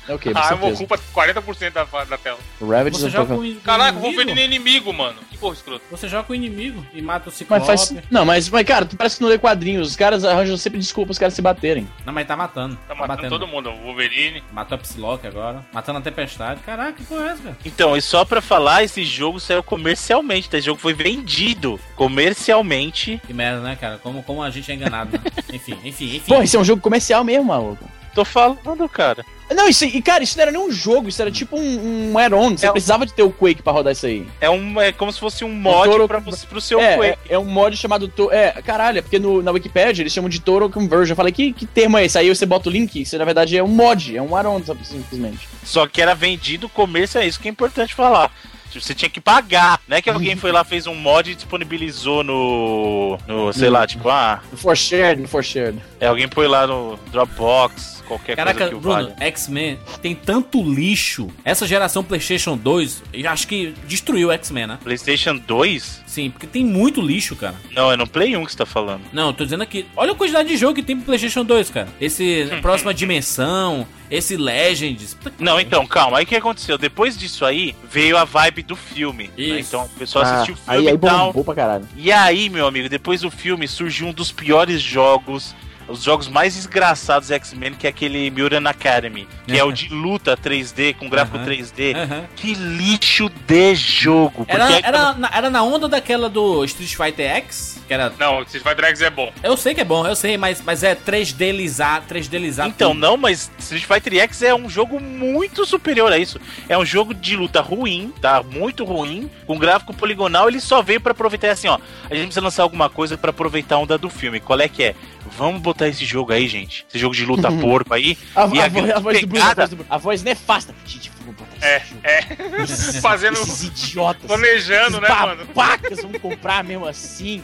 É o Cable, Ah, A arma certeza. ocupa 40% da, da tela. O Ravage Você do joga com Pokémon. o in- com Caraca, o inimigo? Wolverine é inimigo, mano. Que porra escroto. Você joga com o inimigo e mata o Ciclope. Mas faz. Não, mas, mas cara, tu parece que não lê quadrinhos. Os caras arranjam sempre desculpa os caras se baterem. Não, mas tá matando. Tá matando todo mundo. O Wolverine. Matou a Psylocke agora. Matando a Tempestade. Caraca, que porra é essa, cara? Então, e só pra falar, esse jogo saiu comercialmente, tá? Esse jogo foi vendido comercialmente. Que merda, né, cara? Como, como a gente é enganado, né? Enfim, enfim, enfim. Pô, isso é um jogo comercial mesmo, maluco. Tô falando, cara. Não, isso e cara, isso não era nem um jogo, isso era tipo um, um add-on. Você É um- precisava de ter o Quake pra rodar isso aí. É, um, é como se fosse um mod Toro- pra você, pro seu é, Quake. é, é um mod chamado. To- É, caralho, é porque no- na Wikipedia eles chamam de Toro Conversion. Eu falei, que, que termo é esse? Aí você bota o link, isso na verdade é um mod, é um add-on, sabe, simplesmente. Só que era vendido comercial, é isso que é importante falar. Tipo, Você tinha que pagar. Não é que alguém foi lá, fez um mod e disponibilizou no. no sei lá, tipo, ah, For shared, for shared. É, alguém põe lá no Dropbox, qualquer Caraca, coisa que o Bruno, valha. X-Men tem tanto lixo. Essa geração PlayStation 2, eu acho que destruiu o X-Men, né? PlayStation 2? Sim, porque tem muito lixo, cara. Não, é no Play 1 que você tá falando. Não, eu tô dizendo aqui. Olha a quantidade de jogo que tem pro PlayStation 2, cara. Esse Próxima Dimensão, esse Legends. Puta que Não, então, calma. Aí o que aconteceu? Depois disso aí, veio a vibe do filme. né? Isso. Então, o pessoal assistiu o filme Ah, aí, é aí e tal. bombou pra caralho. E aí, meu amigo, depois do filme surgiu um dos piores jogos, os jogos mais desgraçados X-Men, que é aquele Muran Academy, que é o de luta 3D, com gráfico Aham. 3D. Aham. Que lixo de jogo! Porque Era, é que- era, na, era na onda daquela do Street Fighter X, que era. Não, Street Fighter X é bom. Eu sei que é bom, eu sei, mas, mas é 3D lisar, 3D lisar. Então, tudo. não, mas Street Fighter X é um jogo muito superior a isso. É um jogo de luta ruim, tá? Muito ruim, com gráfico poligonal. Ele só veio pra aproveitar assim, ó. A gente precisa lançar alguma coisa pra aproveitar a onda do filme. Qual é que é? Vamos botar esse jogo aí, gente. Esse jogo de luta porco aí. A, e a a, voz- grande a voz do Bruno, a pegada- voz do Bruno. A voz nefasta. Gente, vamos botar esse É, jogo. é. Esses- Fazendo- um Esses idiotas. né, Planejando, esses né, mano? babacas vão comprar mesmo assim.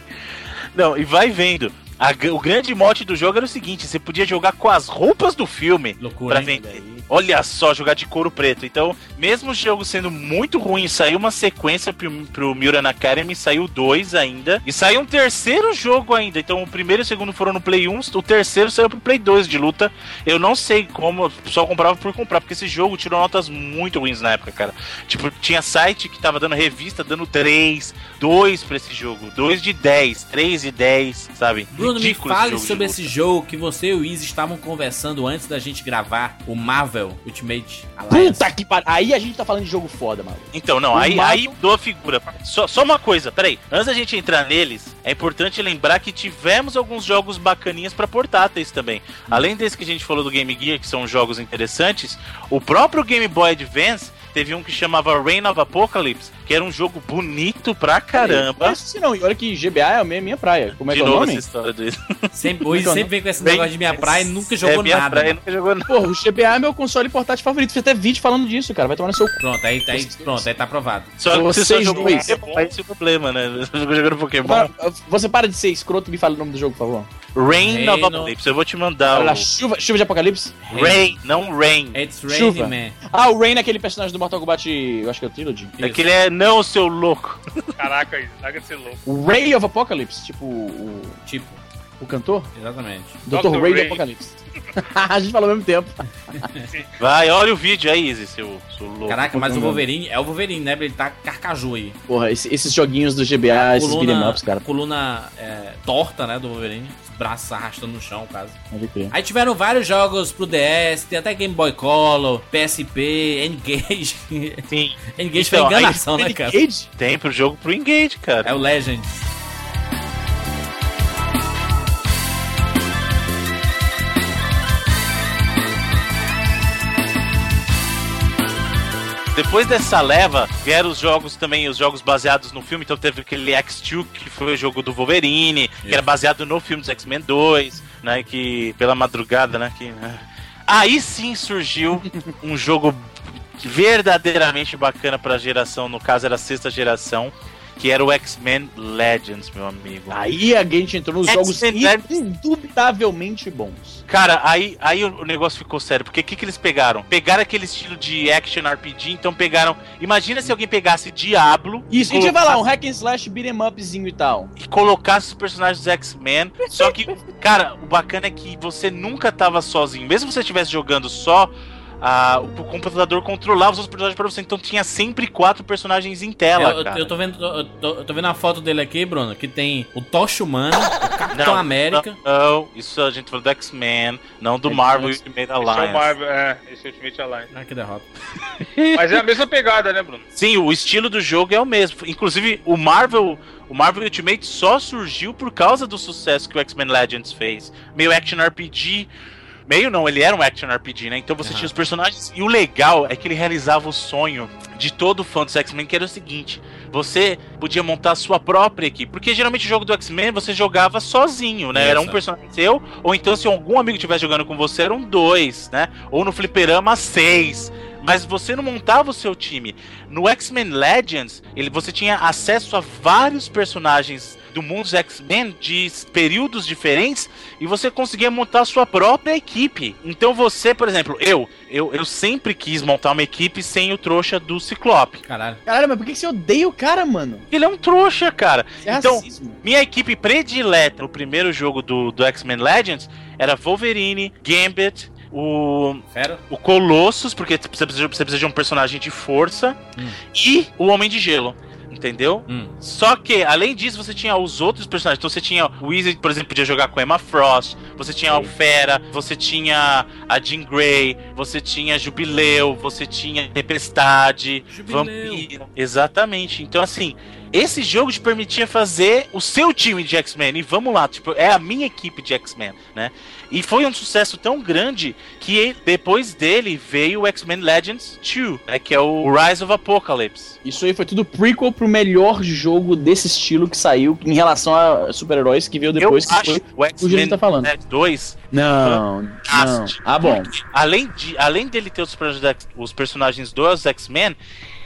Não, e vai vendo. A gr- o grande mote do jogo era o seguinte: você podia jogar com as roupas do filme Loucura, pra hein? vender. Olha só, jogar de couro preto. Então, mesmo o jogo sendo muito ruim, saiu uma sequência pro, pro Muran Academy, saiu dois ainda. E saiu um terceiro jogo ainda. Então, o primeiro e o segundo foram no Play 1, o terceiro saiu pro Play 2 de luta. Eu não sei como, eu só comprava por comprar, porque esse jogo tirou notas muito ruins na época, cara. Tipo, tinha site que tava dando revista, dando 3, 2 pra esse jogo. 2 de 10, 3 de 10, sabe? Bruno, me Ridículo fale jogo de sobre luta. esse jogo que você e o Izzy estavam conversando antes da gente gravar o Marvel Ultimate Alliance. Puta que pariu. Aí a gente tá falando de jogo foda, mano. Então, não, O aí, mato- aí mudou a figura. Só, só uma coisa, peraí. Antes da gente entrar neles, é importante lembrar que tivemos alguns jogos bacaninhas pra portáteis também. Além desse que a gente falou do Game Gear, que são jogos interessantes, o próprio Game Boy Advance teve um que chamava Reign of Apocalypse, que era um jogo bonito pra caramba. Mas se não, É e olha que GBA é a minha, minha praia. Como é De que é o novo nome? essa história do Sempre, o Izzy Então, sempre vem com esse negócio de minha praia e nunca jogou é minha nada. né? praia, mano. nunca jogou nada. Porra, o GBA é meu console portátil favorito. Fiz até vídeo falando disso, cara. Vai tomar no seu cu. Pronto, aí, aí, pronto, aí tá aprovado. Só que você só Vocês jogou dois. Pokémon, esse é o problema, né? Você jogou jogando Pokémon. Para- Você para de ser escroto e me fala o nome do jogo, por favor. Reign of Reino- Apocalypse, eu vou te mandar Olha lá, Ah, o... chuva, chuva de apocalipse. Rain, não Rain. It's Chuva. raining, man. Ah, o Rain é aquele personagem do Mortal Kombat, eu acho que é o Trilogy. É que ele é não, seu louco. Caraca, isso, larga de ser louco. O Ray of Apocalypse, tipo o, Tipo, o cantor? exatamente. Dr. Dr. Ray Ray. of Apocalypse. a gente falou ao mesmo tempo. Vai, olha o vídeo aí, Izzy, seu, seu louco. Caraca, mas o Wolverine é o Wolverine, né? Ele tá carcaju aí. Porra, esse- esses joguinhos do GBA, esses beat'em ups, cara. coluna é, torta, né, do Wolverine. Os braços arrastando no chão, quase. Pode crer. Aí tiveram vários jogos pro DS, tem até Game Boy Color, PSP, Engage. Sim, Engage Então, foi aí- enganação, né, cara? Cage? tem pro jogo pro Engage, cara. É o Legend. Depois dessa leva, vieram os jogos também, os jogos baseados no filme. Então teve aquele X2, que foi o jogo do Wolverine, que era baseado no filme dos X-Men 2, né? Que pela madrugada, né? Que, né. Aí sim surgiu um jogo verdadeiramente bacana pra geração, no caso era a sexta geração, que era o X-Men Legends, meu amigo. Aí a gente entrou nos X-Men jogos Legends. indubitavelmente bons. Cara, aí, aí o o negócio ficou sério, porque o que, que eles pegaram? Pegaram aquele estilo de action RPG, então pegaram. Imagina se alguém pegasse Diablo Isso, e colocasse- tinha, vai lá, um hack and slash beat'em upzinho e tal. e colocasse os personagens dos X-Men. Só que, cara, o bacana é que você nunca tava sozinho. Mesmo se você estivesse jogando só, ah, o computador controlava os outros personagens pra você. Então tinha sempre quatro personagens em tela. eu, eu- É cara. eu tô vendo, eu tô, eu tô vendo a foto dele aqui, Bruno, que tem o Tocha Humana, o Capitão Não, América. Não, não, isso a gente falou do X-Men, não do É, Marvel isso- Ultimate Esse é o Alliance. Marvel, é, esse é o Ultimate Alliance. Ah, que derrota. Mas é a mesma pegada, né, Bruno? Sim, o estilo do jogo é o mesmo. Inclusive, o Marvel, o Marvel Ultimate só surgiu por causa do sucesso que o X-Men Legends fez. Meio action RPG, meio não, ele era um action RPG, né? Então você Aham. tinha os personagens e o legal é que ele realizava o sonho de todo fã dos X-Men, que era o seguinte: você podia montar a sua própria equipe, porque geralmente o jogo do X-Men você jogava sozinho, né? Era um Isso. personagem seu, ou então se algum amigo estivesse jogando com você, eram dois, né? Ou no fliperama, seis. Mas você não montava o seu time. No X-Men Legends, ele, você tinha acesso a vários personagens do mundo dos X-Men de s- períodos diferentes e você conseguia montar a sua própria equipe. Então você, por exemplo, eu, eu, eu sempre quis montar uma equipe sem o trouxa do Ciclope. Caralho. Caralho, mas por que que você odeia o cara, mano? Ele é um trouxa, cara. Isso é Então- racismo. Minha equipe predileta no primeiro jogo do, do X-Men Legends era Wolverine, Gambit, o Fera? o Colossus, porque você precisa, você precisa de um personagem de força, Hum. e o Homem de Gelo. Entendeu? Hum. Só que, além disso, você tinha os outros personagens. Então você tinha o Wizard, por exemplo, podia jogar com a Emma Frost, você tinha a Fera, você tinha a Jean Grey, você tinha a Jubileu, você tinha a Tempestade, Jubileu. Vampiro. Exatamente. Então, assim, esse jogo te permitia fazer o seu time de X-Men. E vamos lá, tipo, é a minha equipe de X-Men, né? E foi um sucesso tão grande que depois dele veio o X-Men Legends 2, né, que é o Rise of Apocalypse. Isso aí foi tudo prequel pro melhor jogo desse estilo que saiu em relação a super-heróis que veio depois, Eu que acho foi o o Júlio X-Men tá falando. Legends 2 Não, não. Fantástico. Ah, bom. Além, de, além dele ter os, personagens- os personagens dos X-Men,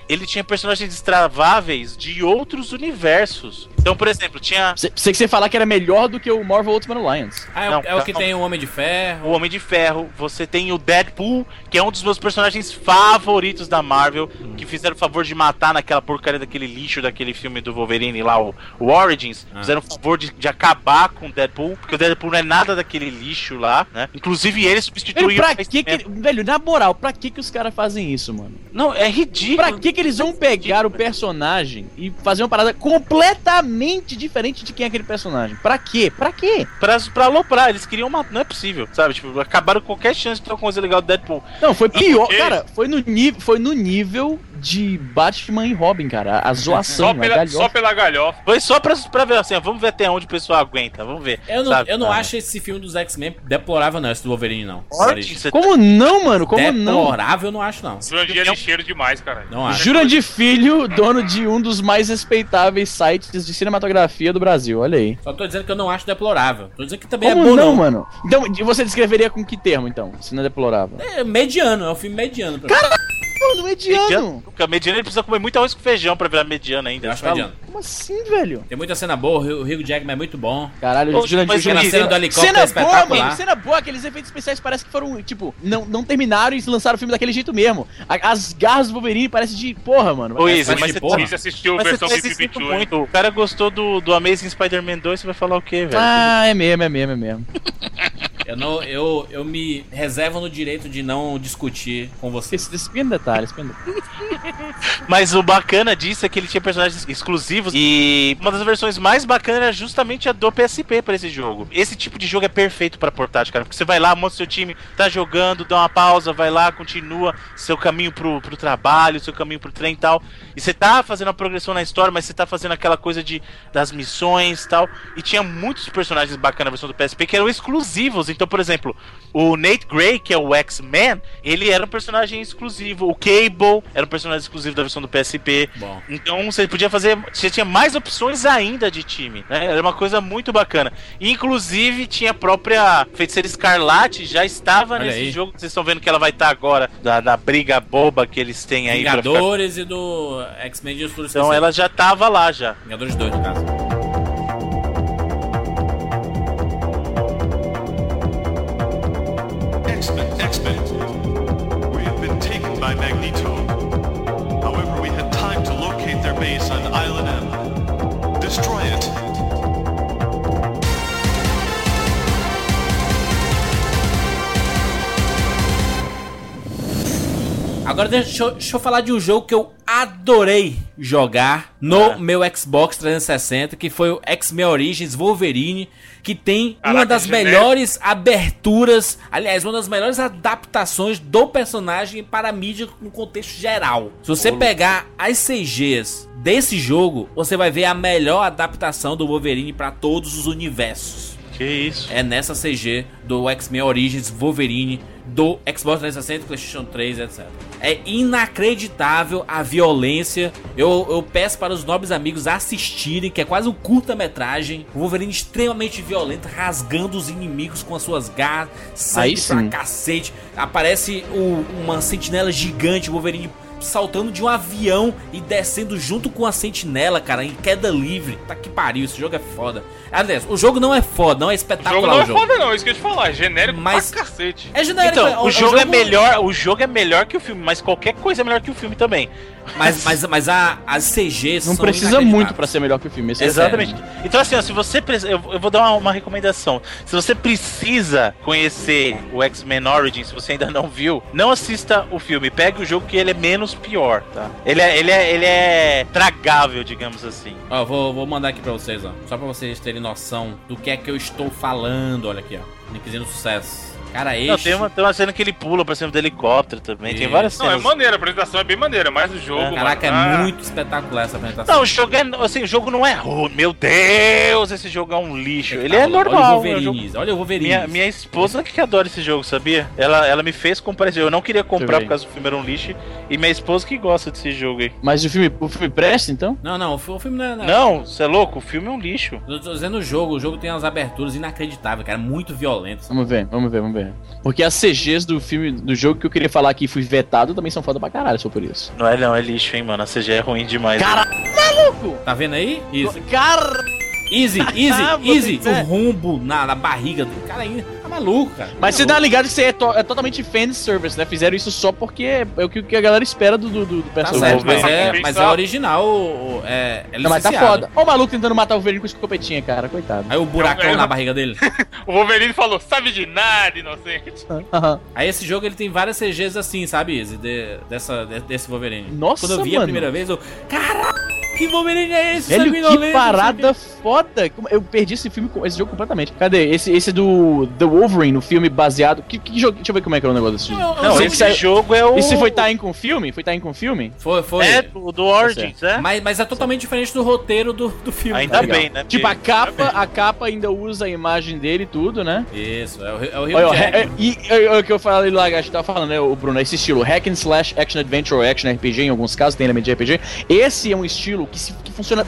ele tinha personagens destraváveis de outros universos. Então, por exemplo, tinha Sei sei que você falar que era melhor do que o Marvel Ultimate Alliance. Ah, é, o- Não, é o que não. tem o Homem de Ferro. o Homem de Ferro, você tem o Deadpool, que é um dos meus personagens favoritos da Marvel, que fizeram o favor de matar naquela porcaria daquele lixo daquele filme do Wolverine lá, o, o Origins. Fizeram o favor de, de acabar com o Deadpool, porque o Deadpool não é nada daquele lixo lá, né? Inclusive ele substituiu Velho, pra o que que. Velho, na moral, pra que que os caras fazem isso, mano? Não, é ridículo. Pra que que eles vão pegar o personagem e fazer uma parada completamente diferente de quem é aquele personagem? Pra quê? Pra quê? pra, pra aloprar. Eles queriam uma. Não é possível, sabe? Tipo, acabaram com qualquer chance de ter uma coisa legal do Deadpool. Não, foi pior. porque- Cara, foi no, ni... foi no nível de Batman e Robin, cara. A zoação, Só a pela, galhofa. só pela galhofa. Foi só pra, pra ver assim, ó, vamos ver até onde o pessoal aguenta, vamos ver. Eu não, sabe? eu não Ah, acho esse filme dos X-Men deplorável, não, esse do Wolverine, não. Ordem, você Como não, mano? É, Como não? deplorável, eu não acho, não. Jurandir é lixeiro demais, cara. Não acho. Jurandir Filho, dono de um dos mais respeitáveis sites de cinematografia do Brasil, olha aí. Só tô dizendo que eu não acho deplorável. Tô dizendo que também Como é bom, não, não. mano? Então, de- você descreveria com que termo, então? Se não é deplorável. É mediano, é um filme mediano. Pra mim. É, Mano, mediano! Nunca, mediano ele precisa comer muito arroz com feijão pra virar mediano ainda. Eu acho tá mediano. Como assim, velho? Tem muita cena boa, o Hugh- o Hugh Jackman é muito bom. Caralho, Ô, o Jurandir mas Filho... Aquela Sim, cena do helicóptero é Cena boa, espetacular. mano, cena boa, aqueles efeitos especiais parece que foram, tipo, não, não terminaram e lançaram o filme daquele jeito mesmo. A- As garras do Wolverine parece de porra, mano. Ô, Mas Izzy, de mas você porra. tá- Você assistiu a mas você versão tá insistindo 2021, hein? muito. O cara gostou do, do Amazing Spider-Man 2, você vai falar o quê, velho? Ah, é mesmo, é mesmo, é mesmo. Eu, não, eu, eu me reservo no direito de não discutir com você. Esse, esse pequeno detalhe, esse pequeno detalhe. Mas o bacana disso é que ele tinha personagens exclusivos e uma das versões mais bacanas era justamente a do PSP pra esse jogo. Esse tipo de jogo é perfeito pra portátil, cara, porque você vai lá, mostra seu time, tá jogando, dá uma pausa, vai lá, continua seu caminho pro, pro trabalho, seu caminho pro trem e tal. E você tá fazendo a progressão na história, mas você tá fazendo aquela coisa de das missões e tal. E tinha muitos personagens bacanas na versão do PSP que eram exclusivos. Então, por exemplo, o Nate Gray, que é o X-Men, ele era um personagem exclusivo. O Cable era um personagem exclusivo da versão do PSP. Bom. Então você podia fazer. Você tinha mais opções ainda de time, né? Era uma coisa muito bacana. E, Inclusive, tinha a própria Feiticeira Escarlate, já estava Olha nesse aí. jogo. Vocês estão vendo que ela vai estar agora, da, da briga boba que eles têm aí pra ficar- Vingadores e do X-Men de Futuro Então ela já tava lá já. Vingadores 2, no caso. X-Men, X-Men. We have been taken by Magneto. However, we had time to locate their base on Island M. Destroy it. Agora deixa eu, deixa eu falar de um jogo que eu adorei jogar no Ah. meu Xbox 360, que foi o X-Men Origins Wolverine, que tem uma Caraca, das é genérico. melhores aberturas, aliás, uma das melhores adaptações do personagem para a mídia no contexto geral. Se você pegar as CGs desse jogo, você vai ver a melhor adaptação do Wolverine para todos os universos Que isso. é nessa CG do X-Men Origins Wolverine do Xbox 360, PlayStation 3, etc. É inacreditável a violência. Eu, eu peço para os nobres amigos assistirem, que é quase um curta-metragem. O Wolverine extremamente violento, rasgando os inimigos com as suas garras, sangue Aí pra sim. cacete. Aparece o- uma sentinela gigante, o Wolverine saltando de um avião e descendo junto com a sentinela, cara, em queda livre. Tá que pariu, esse jogo é foda. Aliás, o jogo não é foda, não é O jogo espetacular não o é foda, não, isso que eu ia te falar. É genérico Mas- pra cacete. É genérico, é- Então, o jogo é melhor, o jogo é melhor que o filme, mas qualquer coisa é melhor que o filme também. Mas, mas, mas a, as CGs Não são precisa muito inacreditáveis. pra ser melhor que o filme. esse é o Exatamente. sério, mano. Então, assim, ó, se você precisa. Eu eu vou dar uma, uma recomendação. Se você precisa conhecer o X-Men Origins, se você ainda não viu, não assista o filme. Pegue o jogo que ele é menos pior, tá? Ele é, ele é, ele é tragável, digamos assim. Ó, vou, vou mandar aqui pra vocês, ó. Só pra vocês terem noção do que é que eu estou falando. Olha aqui, ó. Linkzinho do sucesso. Cara, este... Não, tem uma, tem uma cena que ele pula pra cima do helicóptero também. Tem Isso. várias Não, é cenas. maneiro, a apresentação é bem maneira, mas o jogo. mano, Caraca, é ah, muito espetacular essa apresentação. Não, o jogo é. Assim, o jogo não é ruim. Meu Deus, esse jogo é um lixo. Ele é Olha o normal. é um jogo- Wolverine, olha o Wolverine. Minha, minha esposa que adora esse jogo, sabia? Ela, ela me fez comprar esse jogo. Eu não queria comprar Também. por causa do filme era um lixo. E minha esposa que gosta desse jogo aí. Mas o filme, o filme presta, então? Não, não, o fi- o filme não é... Não. Não, você é louco? O filme é um lixo. Eu tô dizendo o jogo, o jogo tem umas aberturas inacreditáveis, cara, muito violentas. Vamos ver, vamos ver, vamos ver. velho. Porque as CGs do filme, do jogo que eu queria falar aqui fui vetado também são foda pra caralho, só por isso. Não é não, é lixo, hein, mano. A CG é ruim demais. Tá vendo aí? Easy. Cara! Easy, easy, Ah, você easy. tá- quiser. O rumbo na, na barriga do cara aí. Tá maluco, cara. Mas você Maluco. tá ligado que você é, to- é totalmente fan service, né? Fizeram isso só porque é o que, o que a galera espera do, do, do do Tá personagem. certo, vou ver. mas é, mas é Pensar. original. o- o- É, é Não, mas tá licenciado. foda. Ó o maluco tentando matar o velhinho com escopetinha, cara, coitado. Aí o buracão Eu- eu- na barriga dele. O Wolverine falou, sabe de nada, inocente. Aham. Aí esse jogo ele tem várias CGs assim, sabe, Izzy? De- dessa, de- desse Wolverine. Nossa, Quando eu vi a mano. primeira vez, eu. Caralho, que Wolverine é esse? Velho, sanguinolento, não sei o que quê." parada foda! Como- Eu perdi esse filme, com- esse jogo completamente. Cadê? Esse, esse do The Wolverine, o filme baseado. Que, que jogo? Deixa eu ver como é que é o negócio desse filme. Não, Não, Esse esse saiu- jogo é o. Esse foi time com o filme? Foi time com o filme? Foi, foi. É, do, do Origins, é? Mas, mas é totalmente diferente do roteiro do, do filme. tá Ainda legal. bem, né? Tipo, a Porque- capa, a capa ainda usa a imagem dele e tudo, né? Isso, é o, é o Rio Olha, ó, Jack. é- é- e é- é o que eu falei lá, acho que tava falando, né, o Bruno, esse estilo hack and slash, action adventure ou action RPG, em alguns casos tem elemento de RPG. Esse é um estilo que, se- que funciona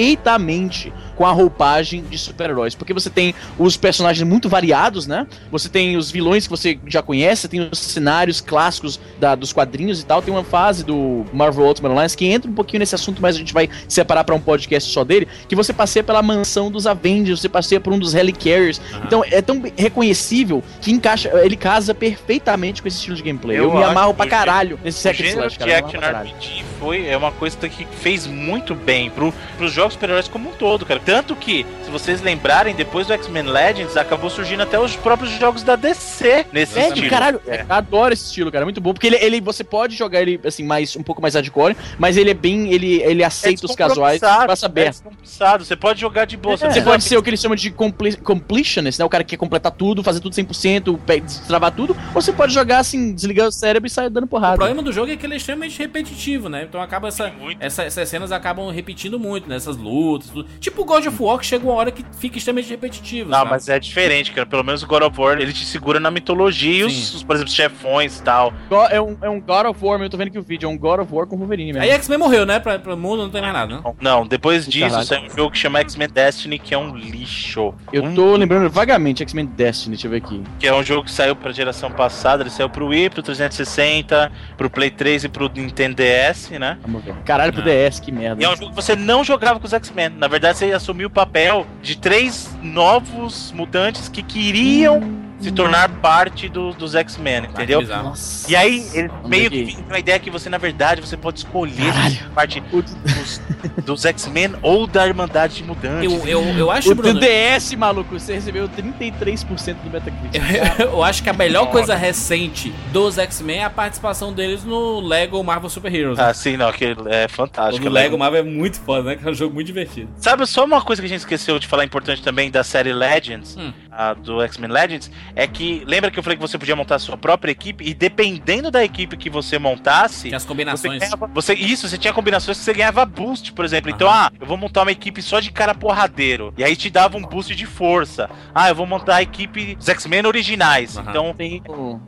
perfeitamente com a roupagem de super-heróis, porque você tem os personagens muito variados, né? Você tem os vilões que você já conhece, tem os cenários clássicos da- dos quadrinhos e tal. Tem uma fase do Marvel Ultimate Alliance que entra um pouquinho nesse assunto, mas a gente vai separar pra um podcast só dele, que você passeia pela mansão dos Avengers, você passeia por um dos Helicarriers. Então é tão bem reconhecível que encaixa, ele casa perfeitamente com esse estilo de gameplay. Eu, Eu me acho amarro que pra o caralho nesse O Second gênero é Slash, cara. eu de me amarro Action pra caralho. RPG foi é uma coisa que fez muito bem pro, pros jogos super-heróis como um todo, cara. Tanto que, se vocês lembrarem, depois do X-Men Legends, acabou surgindo até os próprios jogos da DC nesse É, de estilo. caralho, eu adoro esse estilo, cara, é muito bom, porque ele, ele- você pode jogar ele assim mais um pouco mais hardcore, mas ele é bem, ele ele aceita os casuais, descompromissado, passa É aberto. É. descompromissado, você pode jogar de boa. Você não pode precisa- ser o que eles chamam de comple- completionist, né? O cara que quer completar tudo, fazer tudo 100%, pe- destravar tudo. Ou você pode jogar assim, desligar o cérebro e sair dando O porrada. problema do jogo é que ele é extremamente repetitivo, né? Então acaba essa, Muito. essa- essas cenas acabam repetindo muito, né? Essas lutas, tudo. Tipo o God of War, que chega uma hora que fica extremamente repetitivo. Não, sabe? mas é diferente, cara. Pelo menos o God of War, ele te segura na mitologia e os, Sim. os, por exemplo, chefões e tal. Go- É um, é um God of War, eu tô vendo que o vídeo é um God of War com Wolverine mesmo. é- Aí X-Men morreu, né? Pra, pro mundo não tem mais nada, né? Não, depois disso, Caralho. saiu um jogo que chama X-Men Destiny, que é um lixo. Eu um tô lembrando vagamente X-Men Destiny, deixa eu ver aqui. que é um jogo que saiu pra geração passada, ele saiu pro Wii, pro 360, pro Play 3 e pro Nintendo DS, né? Vamos ver. Caralho, pro Ah. DS, que merda. E é um jogo que você não jogava com os X-Men. Na verdade, você assumiu o papel de três novos mutantes que queriam se tornar parte do- dos X-Men, Vai, entendeu? que bizarro. Nossa. E aí, eles Vamos meio ver que aqui. ficam com a ideia que você, na verdade, você pode escolher Caralho. se fazer parte O, dos, dos X-Men ou da Irmandade de Mutantes. Eu, eu, eu acho, o Bruno. DS, maluco, você recebeu 33% do Metacritic. Eu acho que a melhor coisa recente dos X-Men é a participação deles no Lego Marvel Super Heroes. né? Ah, sim, não, que é O fantástico. do é Lego Marvel é muito foda, né? Que é um jogo muito divertido. Sabe só uma coisa que a gente esqueceu de falar importante também da série Legends, Hum. a do X-Men Legends, é que lembra que eu falei que você podia montar a sua própria equipe e dependendo da equipe que você montasse, Tem as você, combinações. ganhava- você- isso, você tinha combinações que você ganhava boost, por exemplo. Então, Aham. ah, eu vou montar uma equipe só de cara porradeiro. E aí te dava um boost de força. Ah, eu vou montar a equipe dos X-Men originais. Aham. Então, Tem,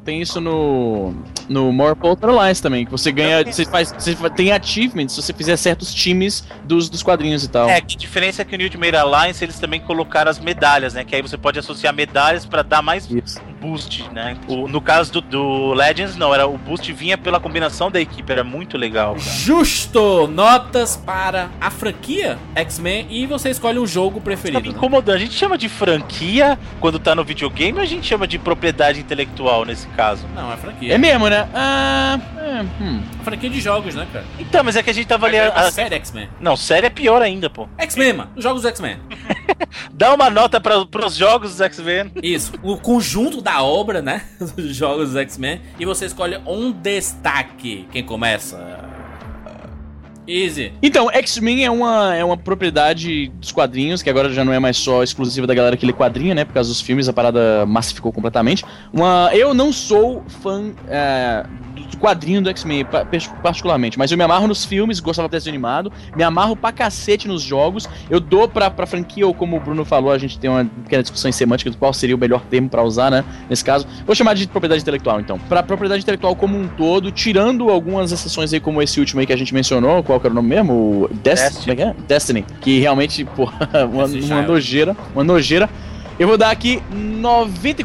tem isso no no Marvel Ultimate Alliance também, que você ganha, você faz, você fa- tem achievements se você fizer certos times dos, dos quadrinhos e tal. É, que a diferença é que no Ultimate Alliance eles também colocaram as medalhas, né? Que aí você pode associar medalhas pra dar mais Isso. boost, né? O- no caso do, do Legends, não, era o boost vinha pela combinação da equipe, era muito legal. cara. Justo! Notas para a franquia X-Men e você escolhe o jogo Tá me preferido. né? incomodando. A gente chama de franquia quando tá no videogame ou a gente chama de propriedade intelectual nesse caso? Não, é franquia. É mesmo, né? Ah, é, hum. É franquia de jogos, né, cara? Então, mas é que a gente tava ali. É a- a série X-Men. Não, série é pior ainda, pô. X-Men, mano. Os jogos do X-Men. Dá uma nota pra, pros jogos dos X-Men. Isso. O conjunto da obra, né? Dos jogos do X-Men. E você escolhe um destaque. Quem começa? Easy. Então, X-Men é uma, é uma propriedade dos quadrinhos, que agora já não é mais só exclusiva da galera que lê quadrinho, né? Por causa dos filmes, a parada massificou completamente. Uma, eu não sou fã é, do quadrinho do X-Men, pa- pers- particularmente, mas eu me amarro nos filmes, gostava de desenho animado, me amarro pra cacete nos jogos. Eu dou pra, pra franquia, ou como o Bruno falou, a gente tem uma pequena discussão em semântica do qual seria o melhor termo pra usar, né? Nesse caso, vou chamar de propriedade intelectual, então. Pra propriedade intelectual como um todo, tirando algumas exceções aí, como esse último aí que a gente mencionou, qual que era o nome mesmo? O é Destiny. Destiny. Destiny. Que realmente, porra, uma, Destiny uma Child. nojeira. Uma nojeira. Eu vou dar aqui 94%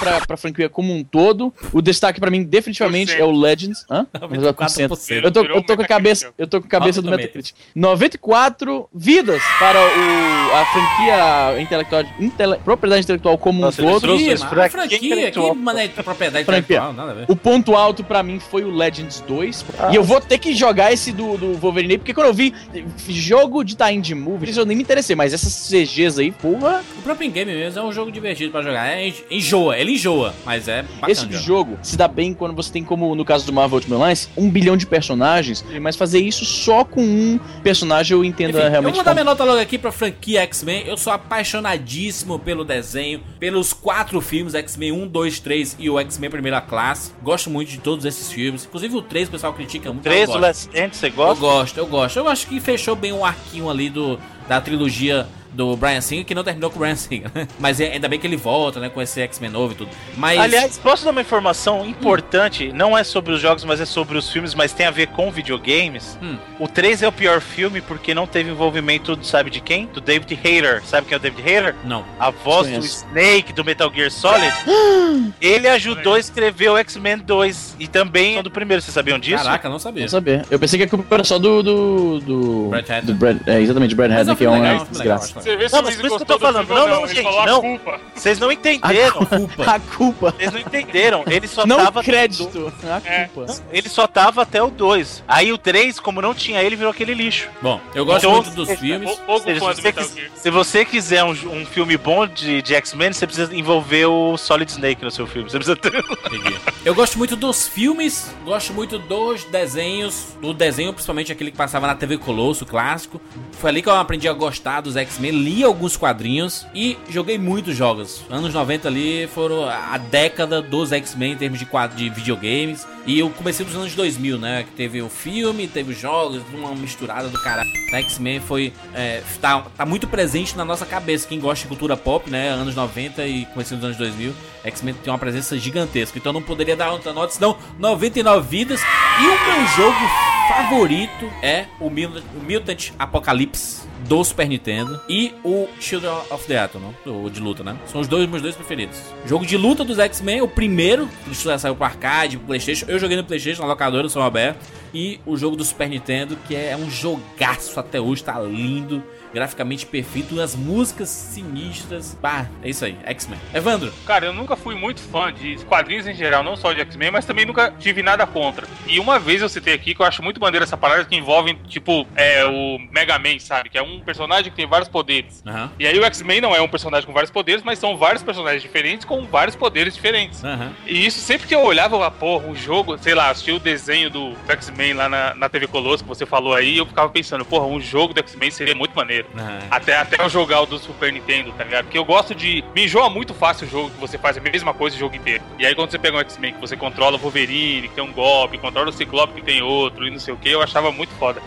pra, pra franquia como um todo. O destaque pra mim, definitivamente, é o Legends. Hã? 94%. Eu tô, eu tô com a cabeça, eu tô com a cabeça do Nota do Metacritic. 94 vidas para o, a franquia intelectual, intele- propriedade intelectual como Nossa, um eles todo. trouxeram Ih, mas Trouxe pra a quem franquia, que intelectual? mané de propriedade Franquia. intelectual, nada a ver. O ponto alto pra mim foi o Legends 2. E eu vou ter que jogar esse do, do Wolverine aí, porque quando eu vi jogo de tie de movie, isso eu nem me interessei, mas essas CGs aí, porra, O próprio game mesmo é um jogo divertido pra jogar. É, en- enjoa, ele enjoa, mas é bacana. esse tipo de jogo se dá bem quando você tem, como no caso do Marvel Ultimate Alliance, um bilhão de personagens, mas fazer isso só com um personagem eu entendo Enfim, eu é realmente. vou dar como- minha nota logo aqui pra franquia X-Men. Eu sou apaixonadíssimo pelo desenho, pelos quatro filmes, X-Men 1, 2, 3 e o X-Men Primeira Classe. Gosto muito de todos esses filmes. Inclusive o 3 o pessoal critica muito. mas eu Três gosto. Last Stand, você Eu gosta? gosto, eu gosto. Eu acho que fechou bem o arquinho ali do, da trilogia do Brian Singer, que não terminou com o Brian Singer, né? Mas é- ainda bem que ele volta, né? Com esse X-Men novo e tudo. Mas. Aliás, posso dar uma informação importante? Não é sobre os jogos, mas é sobre os filmes, mas tem a ver com videogames. Hum. O 3 é o pior filme porque não teve envolvimento, sabe de quem? Do David Hayter. Sabe quem é o David Hayter? Não. A voz do Conheço. Snake do Metal Gear Solid. Ele ajudou a escrever o X-Men 2 e também o do primeiro. Vocês sabiam disso? Caraca, não sabia. Não saber. Eu pensei que a culpa era só do. do. do. Brad Haddon. do Brad- é, exatamente, Brad Mas é um Haddon, que é filme um legal, é um é filme legal. desgraça. acho legal. Você vê se Não, o mas Luiz por isso gostou que eu tô do filme falando. ou Não, não, Ele gente, falou a não. culpa. Vocês não entenderam. Culpa. A culpa. Vocês não entenderam. Ele só Não tava. crédito. A É. culpa. Ele só tava até o 2. Aí o 3, como não tinha ele, virou aquele lixo. Bom, eu gosto Então, muito dos seja, filmes. Ou- Ou Ou seja, o fã se, do você Metal quis- Gear. se você quiser um, um filme bom de, de X-Men, você precisa envolver o Solid Snake no seu filme. Você precisa ter... um- Entendi. Eu gosto muito dos filmes, gosto muito dos desenhos. Do desenho, principalmente aquele que passava na TV Colosso, clássico. Foi ali que eu aprendi a gostar dos X-Men, li alguns quadrinhos e joguei muitos jogos. Anos 90 ali foram a década dos X-Men em termos de, quad- de videogames. E eu comecei nos anos 2000, né? Que teve o filme, teve os jogos, uma misturada do caralho. A X-Men foi. é, tá, tá muito presente na nossa cabeça. Quem gosta de cultura pop, né? Anos 90 e comecinho dos anos 2000, X-Men tem uma presença gigantesca. Então não poderia dar outra nota, senão 99 vidas. E o meu jogo favorito é o Mil- o Mutant Apocalypse do Super Nintendo e o Children of the Atom, não? o de luta, né? São os dois meus dois preferidos. Jogo de luta dos X-Men, o primeiro, que já saiu pro arcade, pro PlayStation. Eu joguei no PlayStation, na locadora, São Roberto. E o jogo do Super Nintendo, que é um jogaço até hoje, tá lindo, graficamente perfeito, as músicas sinistras. Bah, é isso aí, X-Men. Evandro, Cara, eu nunca fui muito fã de quadrinhos em geral, não só de X-Men, mas também nunca tive nada contra. E uma vez eu citei aqui que eu acho muito bandeira essa parada que envolve, tipo, é o Mega Man, sabe? Que é um personagem que tem vários poderes. aham, E aí o X-Men não é um personagem com vários poderes, mas são vários personagens diferentes com vários poderes diferentes. aham. E isso, sempre que eu olhava, eu falava, porra, o jogo, sei lá, assisti o desenho do, do X-Men lá na, na TV Colosso, que você falou aí, eu ficava pensando, porra, um jogo do X-Men seria muito maneiro. aham. Até, até eu jogar o do Super Nintendo, tá ligado? Porque eu gosto de. Me enjoa muito fácil o jogo que você faz a mesma coisa o jogo inteiro. E aí quando você pega um X-Men que você controla o Wolverine, que tem um golpe, controla o Ciclope que tem outro e não sei o que, eu achava muito foda.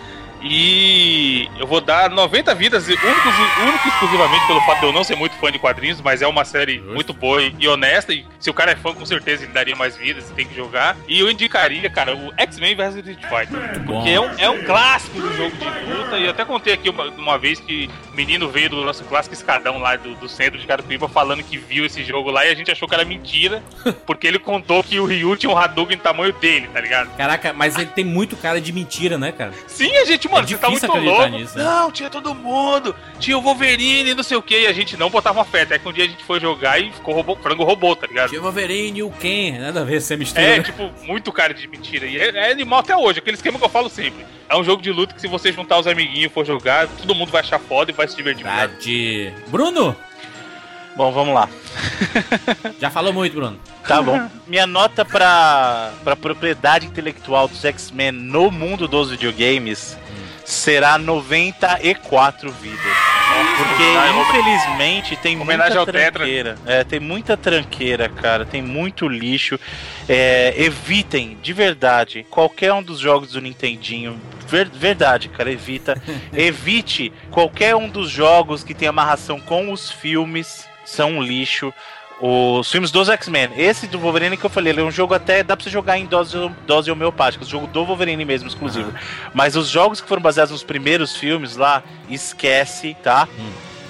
E eu vou dar 90 vidas, único, único e exclusivamente pelo fato de eu não ser muito fã de quadrinhos, mas é uma série Justo. muito boa e, e honesta. E se o cara é fã, com certeza ele daria mais vidas, tem que jogar. E eu indicaria, cara, o X-Men vs Street Fighter. bom. Porque é um, é um clássico do jogo de luta. E eu até contei aqui uma, uma vez que o menino veio do nosso clássico escadão lá do, do centro de Carapiba falando que viu esse jogo lá e a gente achou que era mentira, porque ele contou que o Ryu tinha um Hadouken do tamanho dele, tá ligado? Caraca, mas ele tem muito cara de mentira, né, cara? Sim, a gente, é mano, você tá muito louco. nisso, né? Não, tinha todo mundo, tinha o Wolverine, não sei o que, e a gente não botava uma fé. Até que um dia a gente foi jogar e ficou robô, frango robô, tá ligado? Tinha o Wolverine e o Ken, nada a ver, você mistura. É, né? tipo, muito cara de mentira. E é, é animal até hoje, aquele esquema que eu falo sempre. É um jogo de luta que se você juntar os amiguinhos e for jogar, todo mundo vai achar foda e vai se divertir. né? melhor. Verdade. Bruno, Bom, vamos lá. já falou muito, Bruno. Tá bom. Minha nota pra, pra propriedade intelectual dos X-Men no mundo dos videogames será 94 vidas. Porque, infelizmente, tem Homenagem muita ao Tetra. tranqueira. É, tem muita tranqueira, cara. Tem muito lixo. É, evitem, de verdade, qualquer um dos jogos do Nintendinho. Ver- verdade, cara, evita. Evite qualquer um dos jogos que tem amarração com os filmes. São um lixo. Os filmes dos X-Men. Esse do Wolverine que eu falei, ele é um jogo até. dá pra você jogar em dose, dose homeopática. O jogo do Wolverine mesmo, exclusivo. Mas os jogos que foram baseados nos primeiros filmes lá, esquece, tá?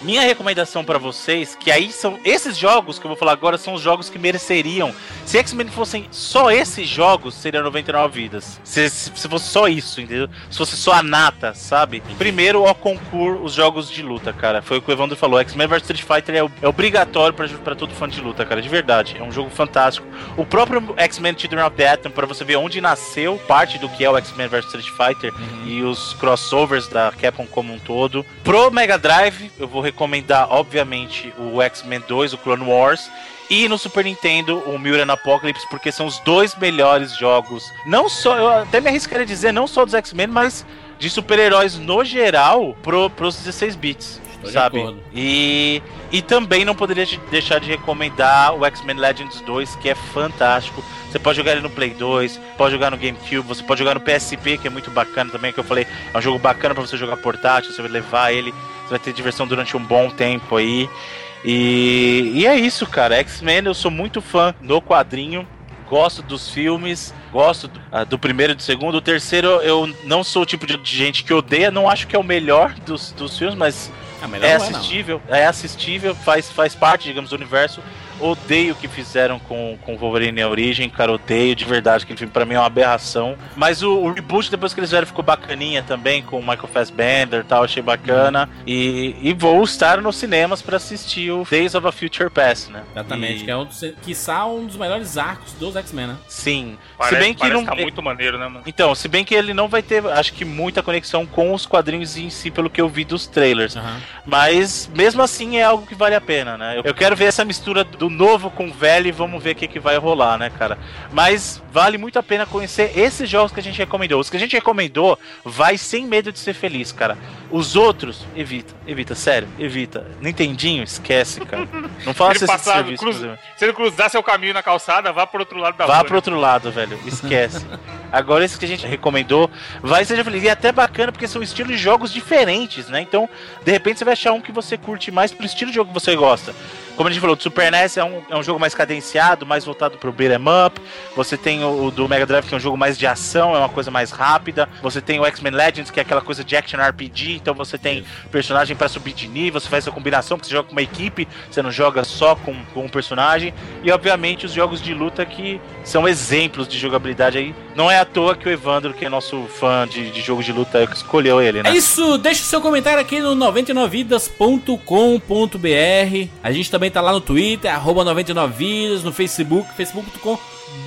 Minha recomendação pra vocês, que aí são esses jogos que eu vou falar agora, são os jogos que mereceriam. Se X-Men fossem só esses jogos, seria 99 vidas. Se, se, se fosse só isso, entendeu? Se fosse só a nata, sabe? Primeiro, ao concurso, os jogos de luta, cara. Foi o que o Evandro falou. X-Men vs Street Fighter é, o- é obrigatório pra, ju- pra todo fã de luta, cara. De verdade. É um jogo fantástico. O próprio X-Men Children of the Atom, pra você ver onde nasceu parte do que é o X-Men vs Street Fighter e os crossovers da Capcom como um todo. Pro Mega Drive, eu vou recomendar, obviamente, o X-Men 2, o Clone Wars. E no Super Nintendo, o Muran Apocalypse, porque são os dois melhores jogos. Não só, eu até me arriscaria a dizer, não só dos X-Men, mas de super-heróis no geral pro, pros 16 bits. Tô de sabe? acordo. E, e também não poderia de- deixar de recomendar o X-Men Legends 2, que é fantástico. Você pode jogar ele no Play 2, pode jogar no GameCube, você pode jogar no PSP, que é muito bacana também, que eu falei, é um jogo bacana pra você jogar portátil, você vai levar ele, você vai ter diversão durante um bom tempo aí. E, e é isso, cara. X-Men, eu sou muito fã no quadrinho. Gosto dos filmes, gosto do, ah, do primeiro e do segundo. O terceiro, eu não sou o tipo de de gente que odeia, não acho que é o melhor dos, dos filmes, mas Ah, melhor é não é, não. assistível, é assistível, faz, faz parte, digamos, do universo. Odeio o que fizeram com, com Wolverine a Origem, cara, odeio de verdade, aquele filme pra mim é uma aberração. Mas o, o reboot, depois que eles fizeram, ficou bacaninha também, com o Michael Fassbender e tal, achei bacana. Uhum. E, e vou estar nos cinemas pra assistir o Days of a Future Past, né? Exatamente, E- que é um dos, quiçá, um dos melhores arcos dos X-Men, né? Sim. Parece, Se bem que parece não... tá muito maneiro, né, mano? Então, se bem que ele não vai ter, acho que muita conexão com os quadrinhos em si, pelo que eu vi dos trailers. Aham. Mas mesmo assim é algo que vale a pena, né? Eu- Eu quero ver essa mistura do novo com o velho e vamos ver o que, que vai rolar, né, cara? Mas vale muito a pena conhecer esses jogos que a gente recomendou. Os que a gente recomendou, vai sem medo de ser feliz, cara. Os outros, evita, evita, sério, evita. Nintendinho, esquece, cara. Não faça Ele esse passar, serviço. cruza- inclusive. Se ele cruzar seu caminho na calçada, vá pro outro lado da Vá rua. pro outro lado, velho. Esquece. Agora, esse que a gente recomendou, vai seja feliz. E é até bacana, porque são estilos de jogos diferentes, né? Então, de repente, você vai achar um que você curte mais pro estilo de jogo que você gosta. Como a gente falou, o Super NES é um, é um jogo mais cadenciado, mais voltado pro beat'em up. Você tem o, o do Mega Drive, que é um jogo mais de ação, é uma coisa mais rápida. Você tem o X-Men Legends, que é aquela coisa de action RPG. Então, você tem personagem pra subir de nível, você faz sua combinação, porque você joga com uma equipe, você não joga só com, com um personagem. E, obviamente, os jogos de luta que são exemplos de jogabilidade aí. Não é à toa que o Evandro, que é nosso fã de, de jogo de luta, escolheu ele, né? É isso, deixa o seu comentário aqui no 99vidas.com.br. A gente também tá lá no Twitter, arroba 99vidas, no Facebook, facebook.com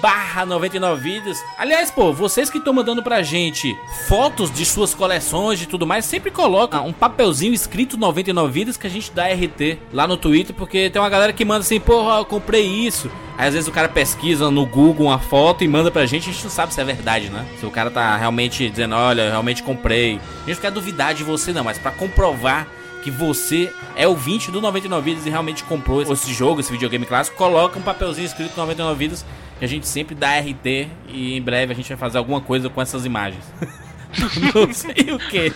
barra 99vidas. Aliás, pô, vocês que estão mandando pra gente fotos de suas coleções e tudo mais, sempre coloca um papelzinho escrito 99 vidas que a gente dá RT lá no Twitter, porque tem uma galera que manda assim, porra, eu comprei isso. Aí, às vezes o cara pesquisa no Google uma foto e manda pra gente, a gente não sabe se é verdade, né? Se o cara tá realmente dizendo, olha, eu realmente comprei. A gente não quer duvidar de você não, mas pra comprovar que você é ouvinte do 99 Vidas e realmente comprou esse jogo, esse videogame clássico, coloca um papelzinho escrito 99 Vidas que a gente sempre dá RT e em breve a gente vai fazer alguma coisa com essas imagens. não sei o que.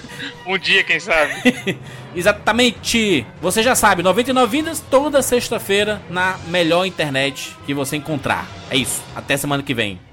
Um dia, quem sabe. Exatamente! Você já sabe, 99 Vidas toda sexta-feira na melhor internet que você encontrar. É isso, até semana que vem.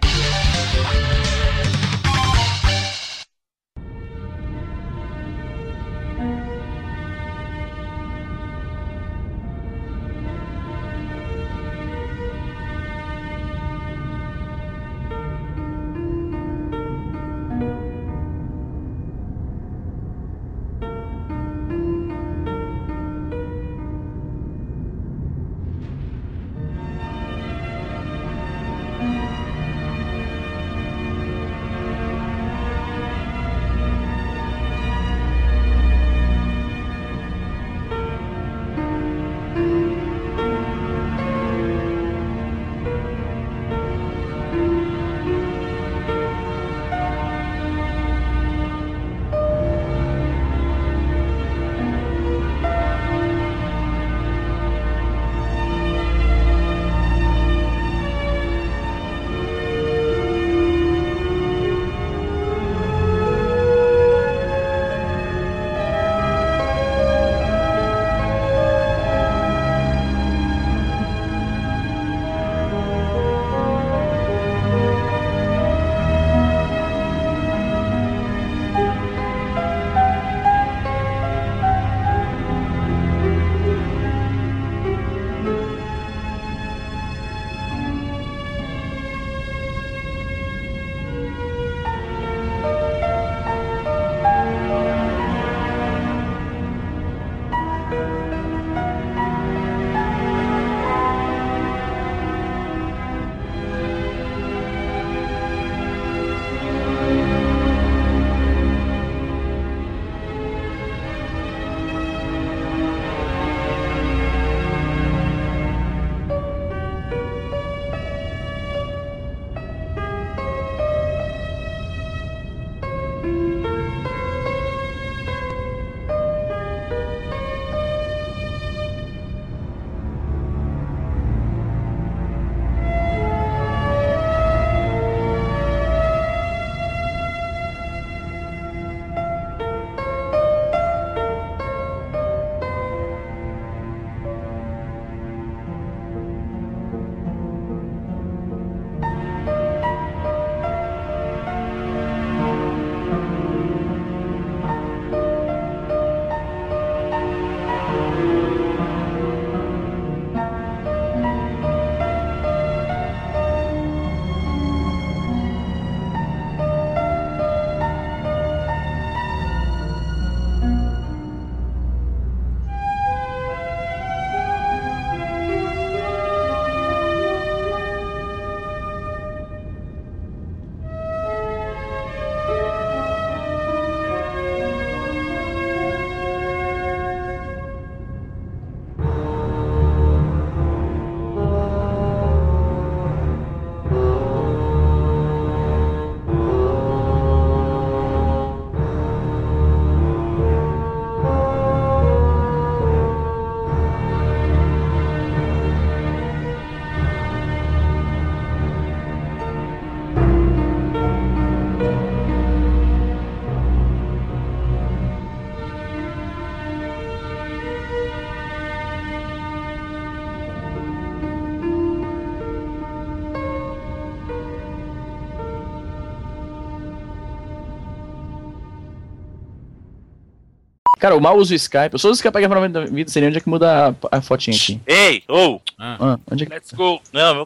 Cara, eu mal uso o Skype. Eu sou o Skype pra gravar da vida, seria onde é que muda a, a fotinha aqui. Ei, ou! Ah, onde é que. Let's go. Não, meu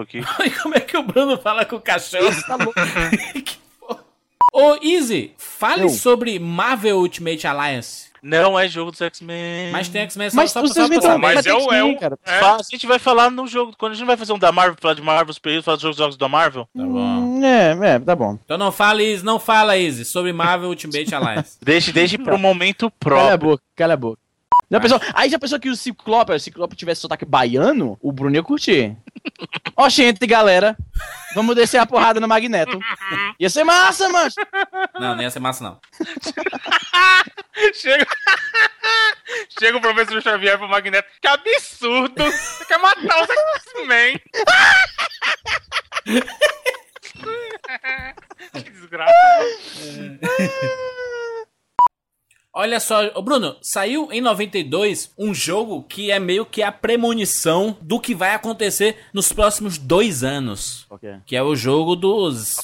aqui. E como é que o Bruno fala com o cachorro? Tá louco. que porra. Ô, Easy, fale Eu. sobre Marvel Ultimate Alliance. Não é jogo dos X-Men. Mas tem X-Men só, Mas só, vocês só pra me estão saber. mas é o- é o- cara. É. Fa- A gente vai falar no jogo. Quando a gente vai fazer um da Marvel, falar de Marvel, os períodos, falar dos jogos- jogos da Marvel. Tá bom. Hum, É, é, tá bom. Então não fala, Easy, não fala, Easy, sobre Marvel Ultimate Alliance. Deixe, deixe Hum. pro momento Cala a próprio. boca, cala a boca. Já pensou, aí já pensou que o Ciclope, o Ciclope tivesse sotaque baiano, o Bruno ia curtir. Ó, gente, galera, vamos descer a porrada no Magneto. Ia ser massa, mano. Não, não ia ser massa, não. Chega... Chega o professor Xavier pro Magneto. Que absurdo! Você quer matar os X-Men! que desgraça. Olha só, ô, Bruno, saiu em 92 um jogo que é meio que a premonição do que vai acontecer nos próximos dois anos. Que é o jogo dos.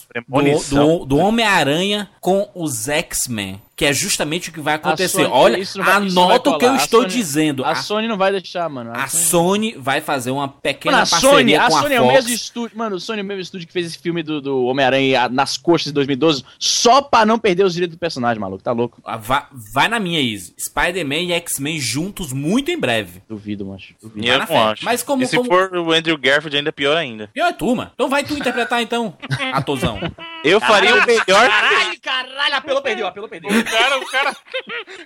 Do, premonição. do, do Homem-Aranha com os X-Men. Que é justamente o que vai acontecer. Sony- Olha, isso não vai- isso não vai anota o que eu colar. A estou Sony- dizendo. A A, Sony não vai deixar, mano. a Sony vai fazer uma pequena Mano, a Sony, parceria a com a Sony é o Fox. mesmo estúdio. Mano, o Sony é o mesmo estúdio que fez esse filme do, do Homem-Aranha nas coxas de 2012, só pra não perder os direitos do personagem, maluco. Tá louco? Ah, Vai, vai na minha, Izzy. Spider-Man e X-Men juntos muito em breve. Duvido, mancho. E Vai Tá eu na não fé. acho. Mas como- e se como- for o Andrew Garfield, ainda pior ainda. Pior é tu, mano. Então vai tu interpretar então, atorzão. Eu faria o melhor. caralho, apelou, perdeu, apelou, perdeu. O cara, o cara,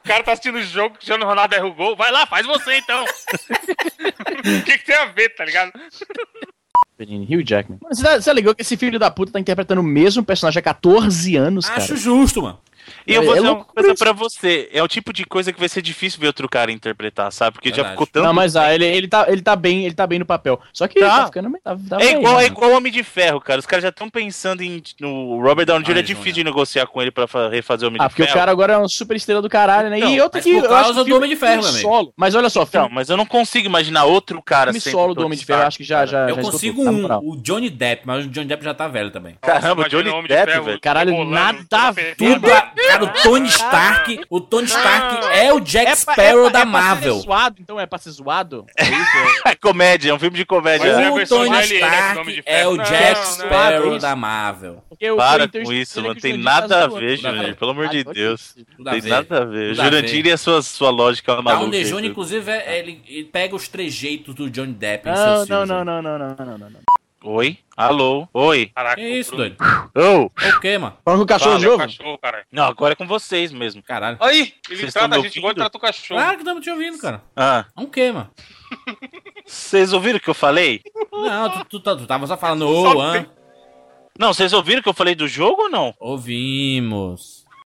o cara tá assistindo o jogo, Cristiano Ronaldo erra o gol. Vai lá, faz você então. O que, que tem a ver, tá ligado? Hugh Jackman. Mano, você, tá- você ligou que esse filho da puta tá interpretando o mesmo personagem há 14 anos, Acho cara? justo, mano. E eu É- vou é dizer uma loucura coisa isso. pra você. É o tipo de coisa que vai ser difícil ver outro cara interpretar, sabe? Porque já Verdade. ficou tanto. Não, mas ah, ele, ele, tá, ele tá bem, ele tá bem no papel. Só que Tá. tá, ficando meio- tá- tá É bem, igual, é né? igual Homem de Ferro, cara. Os caras já estão pensando em. No o Robert Downey Jr. Ai, é difícil de negociar com ele pra fa- refazer o Homem Ah, de porque Ferro. o cara agora é um super estrela do caralho, né? Então, e outra mas que. por eu causa acho que do filme- Homem de Ferro, filme meu solo. Mas olha só, Não, filme, Então, mas eu não consigo imaginar outro cara filme sem solo do Homem de Ferro, eu acho que já. já Eu Ah, já consigo esgotou, na um, moral. o Johnny Depp, mas o Johnny Depp já tá velho também. é Caramba, Imagina Johnny o Homem Depp, Ferro velho. Caralho, rebolando, nada toda a ferrada. Tudo, a- cara, o Tony Stark, o Tony Stark é o Jack pra- Sparrow da pra- pra ser Marvel. zoado, então é pra ser zoado? É comédia, é um filme de comédia. Mas é a O versão Tony mais LN do Homem Stark de é Ferro. o Não, Jack não, Sparrow isso. da Marvel. Porque o Para Corinthians- com isso, ele não que tem o nada a Jurandir tá ver, zoando. Jurandir. Pelo amor de Ah, Deus. Tudo a Tem ver. nada a ver. Tudo a Jurandir e a sua, sua lógica maluca. Downey Jr., inclusive, é- ele, ele pega os trejeitos do Johnny Depp em Não, seus não, filmes, não, né? não, não, não, não, não, não. Oi? Alô? Oi? Caraca, Que É isso, o Bruno doido? Oh. É o quê, mano? Falando com o fala, cachorro é de o novo? cachorro, cara. Não, agora é com vocês mesmo. Caralho. Aí, ele Vocês trata tão a me gente igual ele ouvindo? trata o cachorro. Claro que estamos te ouvindo, cara. Ah, É um quê, mano? vocês ouviram o que eu falei? Não, tu, tu, tá- tu tava só falando, ô, Só ah, Não, vocês ouviram o que eu falei do jogo ou não? ouvimos.